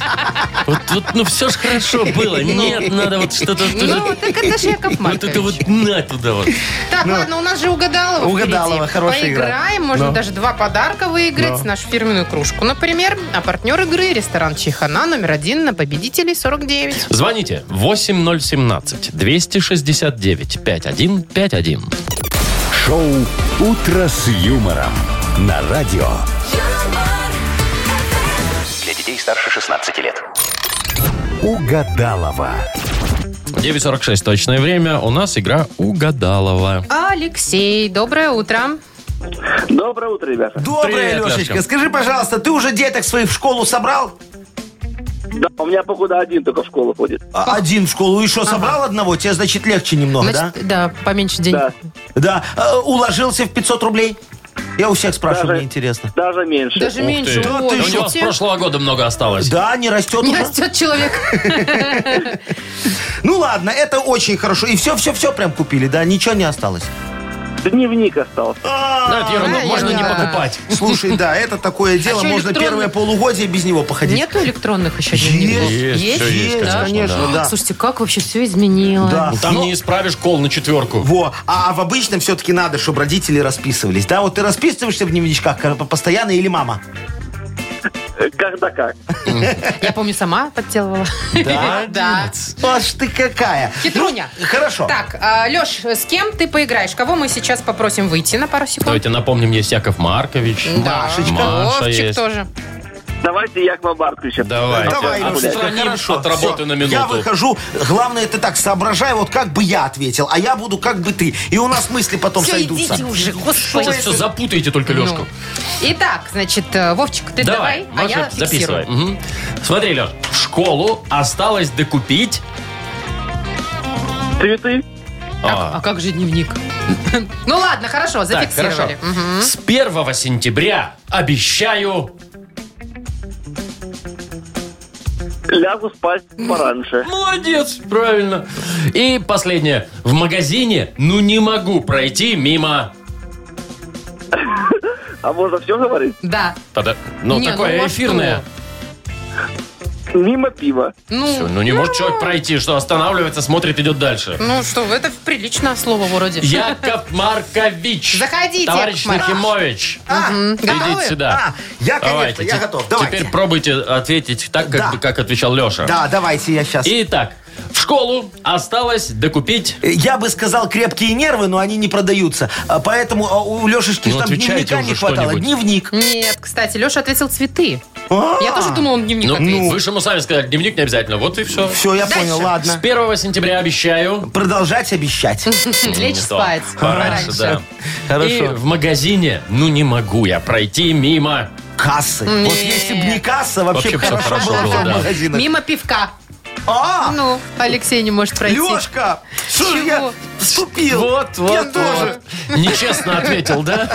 Speaker 2: Вот, вот, ну все ж хорошо было. Нет, надо вот что-то тоже.
Speaker 3: Ну, так это же Яков
Speaker 2: Вот это
Speaker 3: Маркович.
Speaker 2: вот на туда вот.
Speaker 3: Так, ладно, у нас же угадалово
Speaker 4: Угадалово,
Speaker 3: впереди.
Speaker 4: хорошая игра.
Speaker 3: Поиграем, можно даже два подарка выиграть. Нашу фирменную кружку, например. А партнер игры – ресторан Чехана, номер один на победителей 49.
Speaker 2: Звоните 8017 269 5151.
Speaker 1: Шоу «Утро с юмором» на радио.
Speaker 5: Для детей старше 16 лет.
Speaker 1: Угадалова.
Speaker 2: 946 точное время. У нас игра Угадалова.
Speaker 3: Алексей, доброе утро.
Speaker 8: Доброе утро, ребята.
Speaker 4: Доброе,
Speaker 2: Привет,
Speaker 4: Лешечка.
Speaker 2: Лешка.
Speaker 4: Скажи, пожалуйста, ты уже деток своих в школу собрал?
Speaker 8: Да, у меня, походу, один только в школу ходит.
Speaker 4: А, Один в школу. И что, собрал одного? Тебе, значит, легче немного, да?
Speaker 3: Значит, да, поменьше денег.
Speaker 8: Да.
Speaker 4: Да. Э, Уложился в 500 рублей? Я у всех спрашиваю,
Speaker 8: Даже-
Speaker 4: мне интересно.
Speaker 8: Даже меньше.
Speaker 3: Даже
Speaker 2: Ух
Speaker 3: меньше.
Speaker 2: ты.
Speaker 3: О,
Speaker 4: Да ты
Speaker 2: У него
Speaker 3: видите?
Speaker 2: с прошлого года много осталось.
Speaker 4: Да, не растет
Speaker 3: Не
Speaker 4: уже.
Speaker 3: растет человек.
Speaker 4: Ну ладно, это очень хорошо. И все, все, все прям купили, да? Ничего не осталось.
Speaker 8: Дневник остался.
Speaker 2: Да, это ерунда,
Speaker 3: а,
Speaker 2: можно не
Speaker 3: ерунда.
Speaker 2: покупать.
Speaker 4: Слушай, да, это такое дело.
Speaker 3: что,
Speaker 4: Можно
Speaker 3: А электронный?
Speaker 4: первое полугодие без него походить.
Speaker 3: Нету электронных еще
Speaker 4: Есть,
Speaker 3: дневников?
Speaker 2: есть, всё есть,
Speaker 3: да?
Speaker 2: конечно,
Speaker 4: да. Да.
Speaker 3: Слушайте, как вообще все изменилось.
Speaker 4: Да.
Speaker 2: Там
Speaker 4: Ну,
Speaker 2: не исправишь кол на четверку.
Speaker 4: Во. А, а в обычном все-таки надо, чтобы родители расписывались. Да, вот ты расписываешься в дневничках кор- постоянно или мама?
Speaker 8: Э, Когда как.
Speaker 3: Я помню, сама подделывала.
Speaker 4: Да?
Speaker 3: Да.
Speaker 4: Аж ты какая.
Speaker 3: Хитруня.
Speaker 4: Ну, хорошо.
Speaker 3: Так, Леш, с кем ты поиграешь? Кого мы сейчас попросим выйти на пару секунд?
Speaker 2: Давайте напомним, есть Яков Маркович.
Speaker 4: Машечка.
Speaker 2: Маша
Speaker 3: Вовчик
Speaker 2: есть.
Speaker 3: тоже.
Speaker 8: Давайте я к вам Марковичу.
Speaker 2: Давай.
Speaker 4: Давай,
Speaker 8: Опять
Speaker 4: Машечка,
Speaker 2: отстраним
Speaker 4: хорошо.
Speaker 2: А от работы
Speaker 4: Всё,
Speaker 2: на минуту.
Speaker 4: Я выхожу. Главное, ты так соображай, вот как бы я ответил, а я буду как бы ты. И у нас мысли потом
Speaker 3: Все,
Speaker 4: сойдутся.
Speaker 3: идите уже, господи.
Speaker 2: Сейчас все запутаете только Лешку.
Speaker 3: Ну. Итак, значит, э, Вовчик, ты давай, а
Speaker 2: Маша,
Speaker 3: я
Speaker 2: записывай.
Speaker 3: фиксирую.
Speaker 2: Мгм. Смотри, Леш, в школу осталось докупить...
Speaker 8: Цветы.
Speaker 2: а,
Speaker 3: А как же дневник? Ну ладно, хорошо,
Speaker 2: так, хорошо.
Speaker 3: зафиксировали. Мгм.
Speaker 2: С 1 сентября обещаю...
Speaker 8: Лягу спать пораньше.
Speaker 2: Молодец, правильно. И последнее. В магазине, ну не могу пройти мимо...
Speaker 8: А можно все говорить?
Speaker 3: Да.
Speaker 2: Тогда- ну,
Speaker 3: Не,
Speaker 2: такое
Speaker 3: ну, а
Speaker 2: эфирное.
Speaker 8: Мимо пива.
Speaker 2: Всё,
Speaker 3: Ну,
Speaker 2: ну не может человек пройти, что останавливается, смотрит, идет дальше.
Speaker 3: ну что, вы, это приличное слово вроде.
Speaker 2: Яков Маркович.
Speaker 3: Заходите,
Speaker 2: Товарищ
Speaker 3: Яков Маркович.
Speaker 2: Нахимович.
Speaker 4: А,
Speaker 2: Идите сюда.
Speaker 4: а, я, конечно,
Speaker 2: Давайте,
Speaker 4: я
Speaker 2: те-
Speaker 4: готов. Давайте.
Speaker 2: Теперь пробуйте ответить так, как,
Speaker 4: Да.
Speaker 2: бы- как отвечал Леша.
Speaker 4: Да, давайте я сейчас.
Speaker 2: Итак, в школу осталось докупить...
Speaker 4: Я бы сказал крепкие нервы, но они не продаются. А Поэтому а, у Лешечки
Speaker 2: Ну,
Speaker 4: ж там
Speaker 2: отвечайте
Speaker 4: дневника
Speaker 2: уже
Speaker 4: не хватало.
Speaker 2: что-нибудь.
Speaker 4: Дневник.
Speaker 3: Нет, кстати, Леша ответил цветы.
Speaker 4: А,
Speaker 3: Я тоже думал, он дневник
Speaker 2: Ну,
Speaker 3: ответил.
Speaker 2: вы же ему сами сказали, дневник не обязательно. Вот и все.
Speaker 4: Все, я
Speaker 3: Дальше.
Speaker 4: понял,
Speaker 2: С
Speaker 4: ладно.
Speaker 2: 1 сентября обещаю.
Speaker 4: Продолжать обещать.
Speaker 3: Лечь
Speaker 2: ну. Не то.
Speaker 3: спать.
Speaker 2: Пораньше, да. И
Speaker 4: Хорошо.
Speaker 2: в магазине, ну не могу я пройти мимо.
Speaker 4: Кассы. Вот если бы не касса, вообще,
Speaker 2: Вообще
Speaker 4: бы
Speaker 2: всё
Speaker 4: хорошо
Speaker 2: хорошо
Speaker 4: было
Speaker 2: было,
Speaker 4: всё в
Speaker 2: да.
Speaker 4: магазинах.
Speaker 3: Мимо пивка.
Speaker 4: А,
Speaker 3: Ну, Алексей не может пройти.
Speaker 4: Лешка, что же
Speaker 3: Чего?
Speaker 4: я вступил?
Speaker 2: Вот, вот,
Speaker 4: Я
Speaker 2: вот.
Speaker 4: тоже.
Speaker 2: Нечестно ответил, да?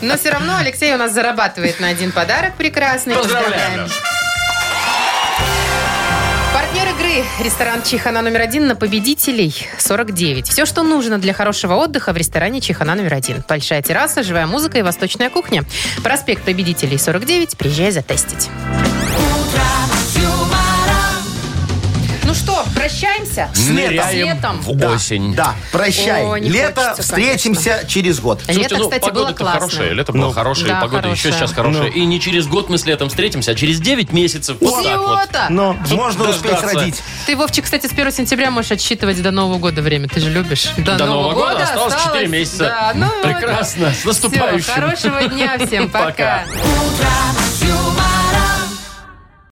Speaker 3: Но все равно Алексей у нас зарабатывает на один подарок прекрасный.
Speaker 2: Поздравляем. Леш.
Speaker 3: Партнер игры – ресторан «Чихана номер один» на победителей 49. Все, что нужно для хорошего отдыха в ресторане «Чихана номер один». Большая терраса, живая музыка и восточная кухня. Проспект победителей 49. Приезжай затестить. Ну что, прощаемся?
Speaker 4: С летом.
Speaker 2: Ныряем
Speaker 3: Светом.
Speaker 2: в
Speaker 4: Да,
Speaker 2: осень.
Speaker 4: Да, прощай.
Speaker 3: О, не
Speaker 4: Лето,
Speaker 3: хочется,
Speaker 4: встретимся через год.
Speaker 3: А Лето,
Speaker 2: ну,
Speaker 3: кстати, было
Speaker 2: погода-то
Speaker 3: классно.
Speaker 2: хорошая. Лето
Speaker 4: Ну.
Speaker 2: было хорошее,
Speaker 3: Да,
Speaker 2: погода еще
Speaker 3: хорошая.
Speaker 2: сейчас хорошая. И не через год мы с летом встретимся, а через 9 месяцев. Вот так вот.
Speaker 3: Всего-то!
Speaker 4: Но можно успеть
Speaker 2: дождаться.
Speaker 4: родить.
Speaker 3: Ты, Вовчик, кстати, с 1 сентября можешь отсчитывать до Нового года время. Ты же любишь. До,
Speaker 2: До Нового года осталось 4 месяца.
Speaker 3: Да, ну вот.
Speaker 2: Прекрасно. С
Speaker 3: Всё,
Speaker 2: наступающим.
Speaker 3: хорошего дня всем.
Speaker 2: Пока.
Speaker 3: Пока.
Speaker 10: Утро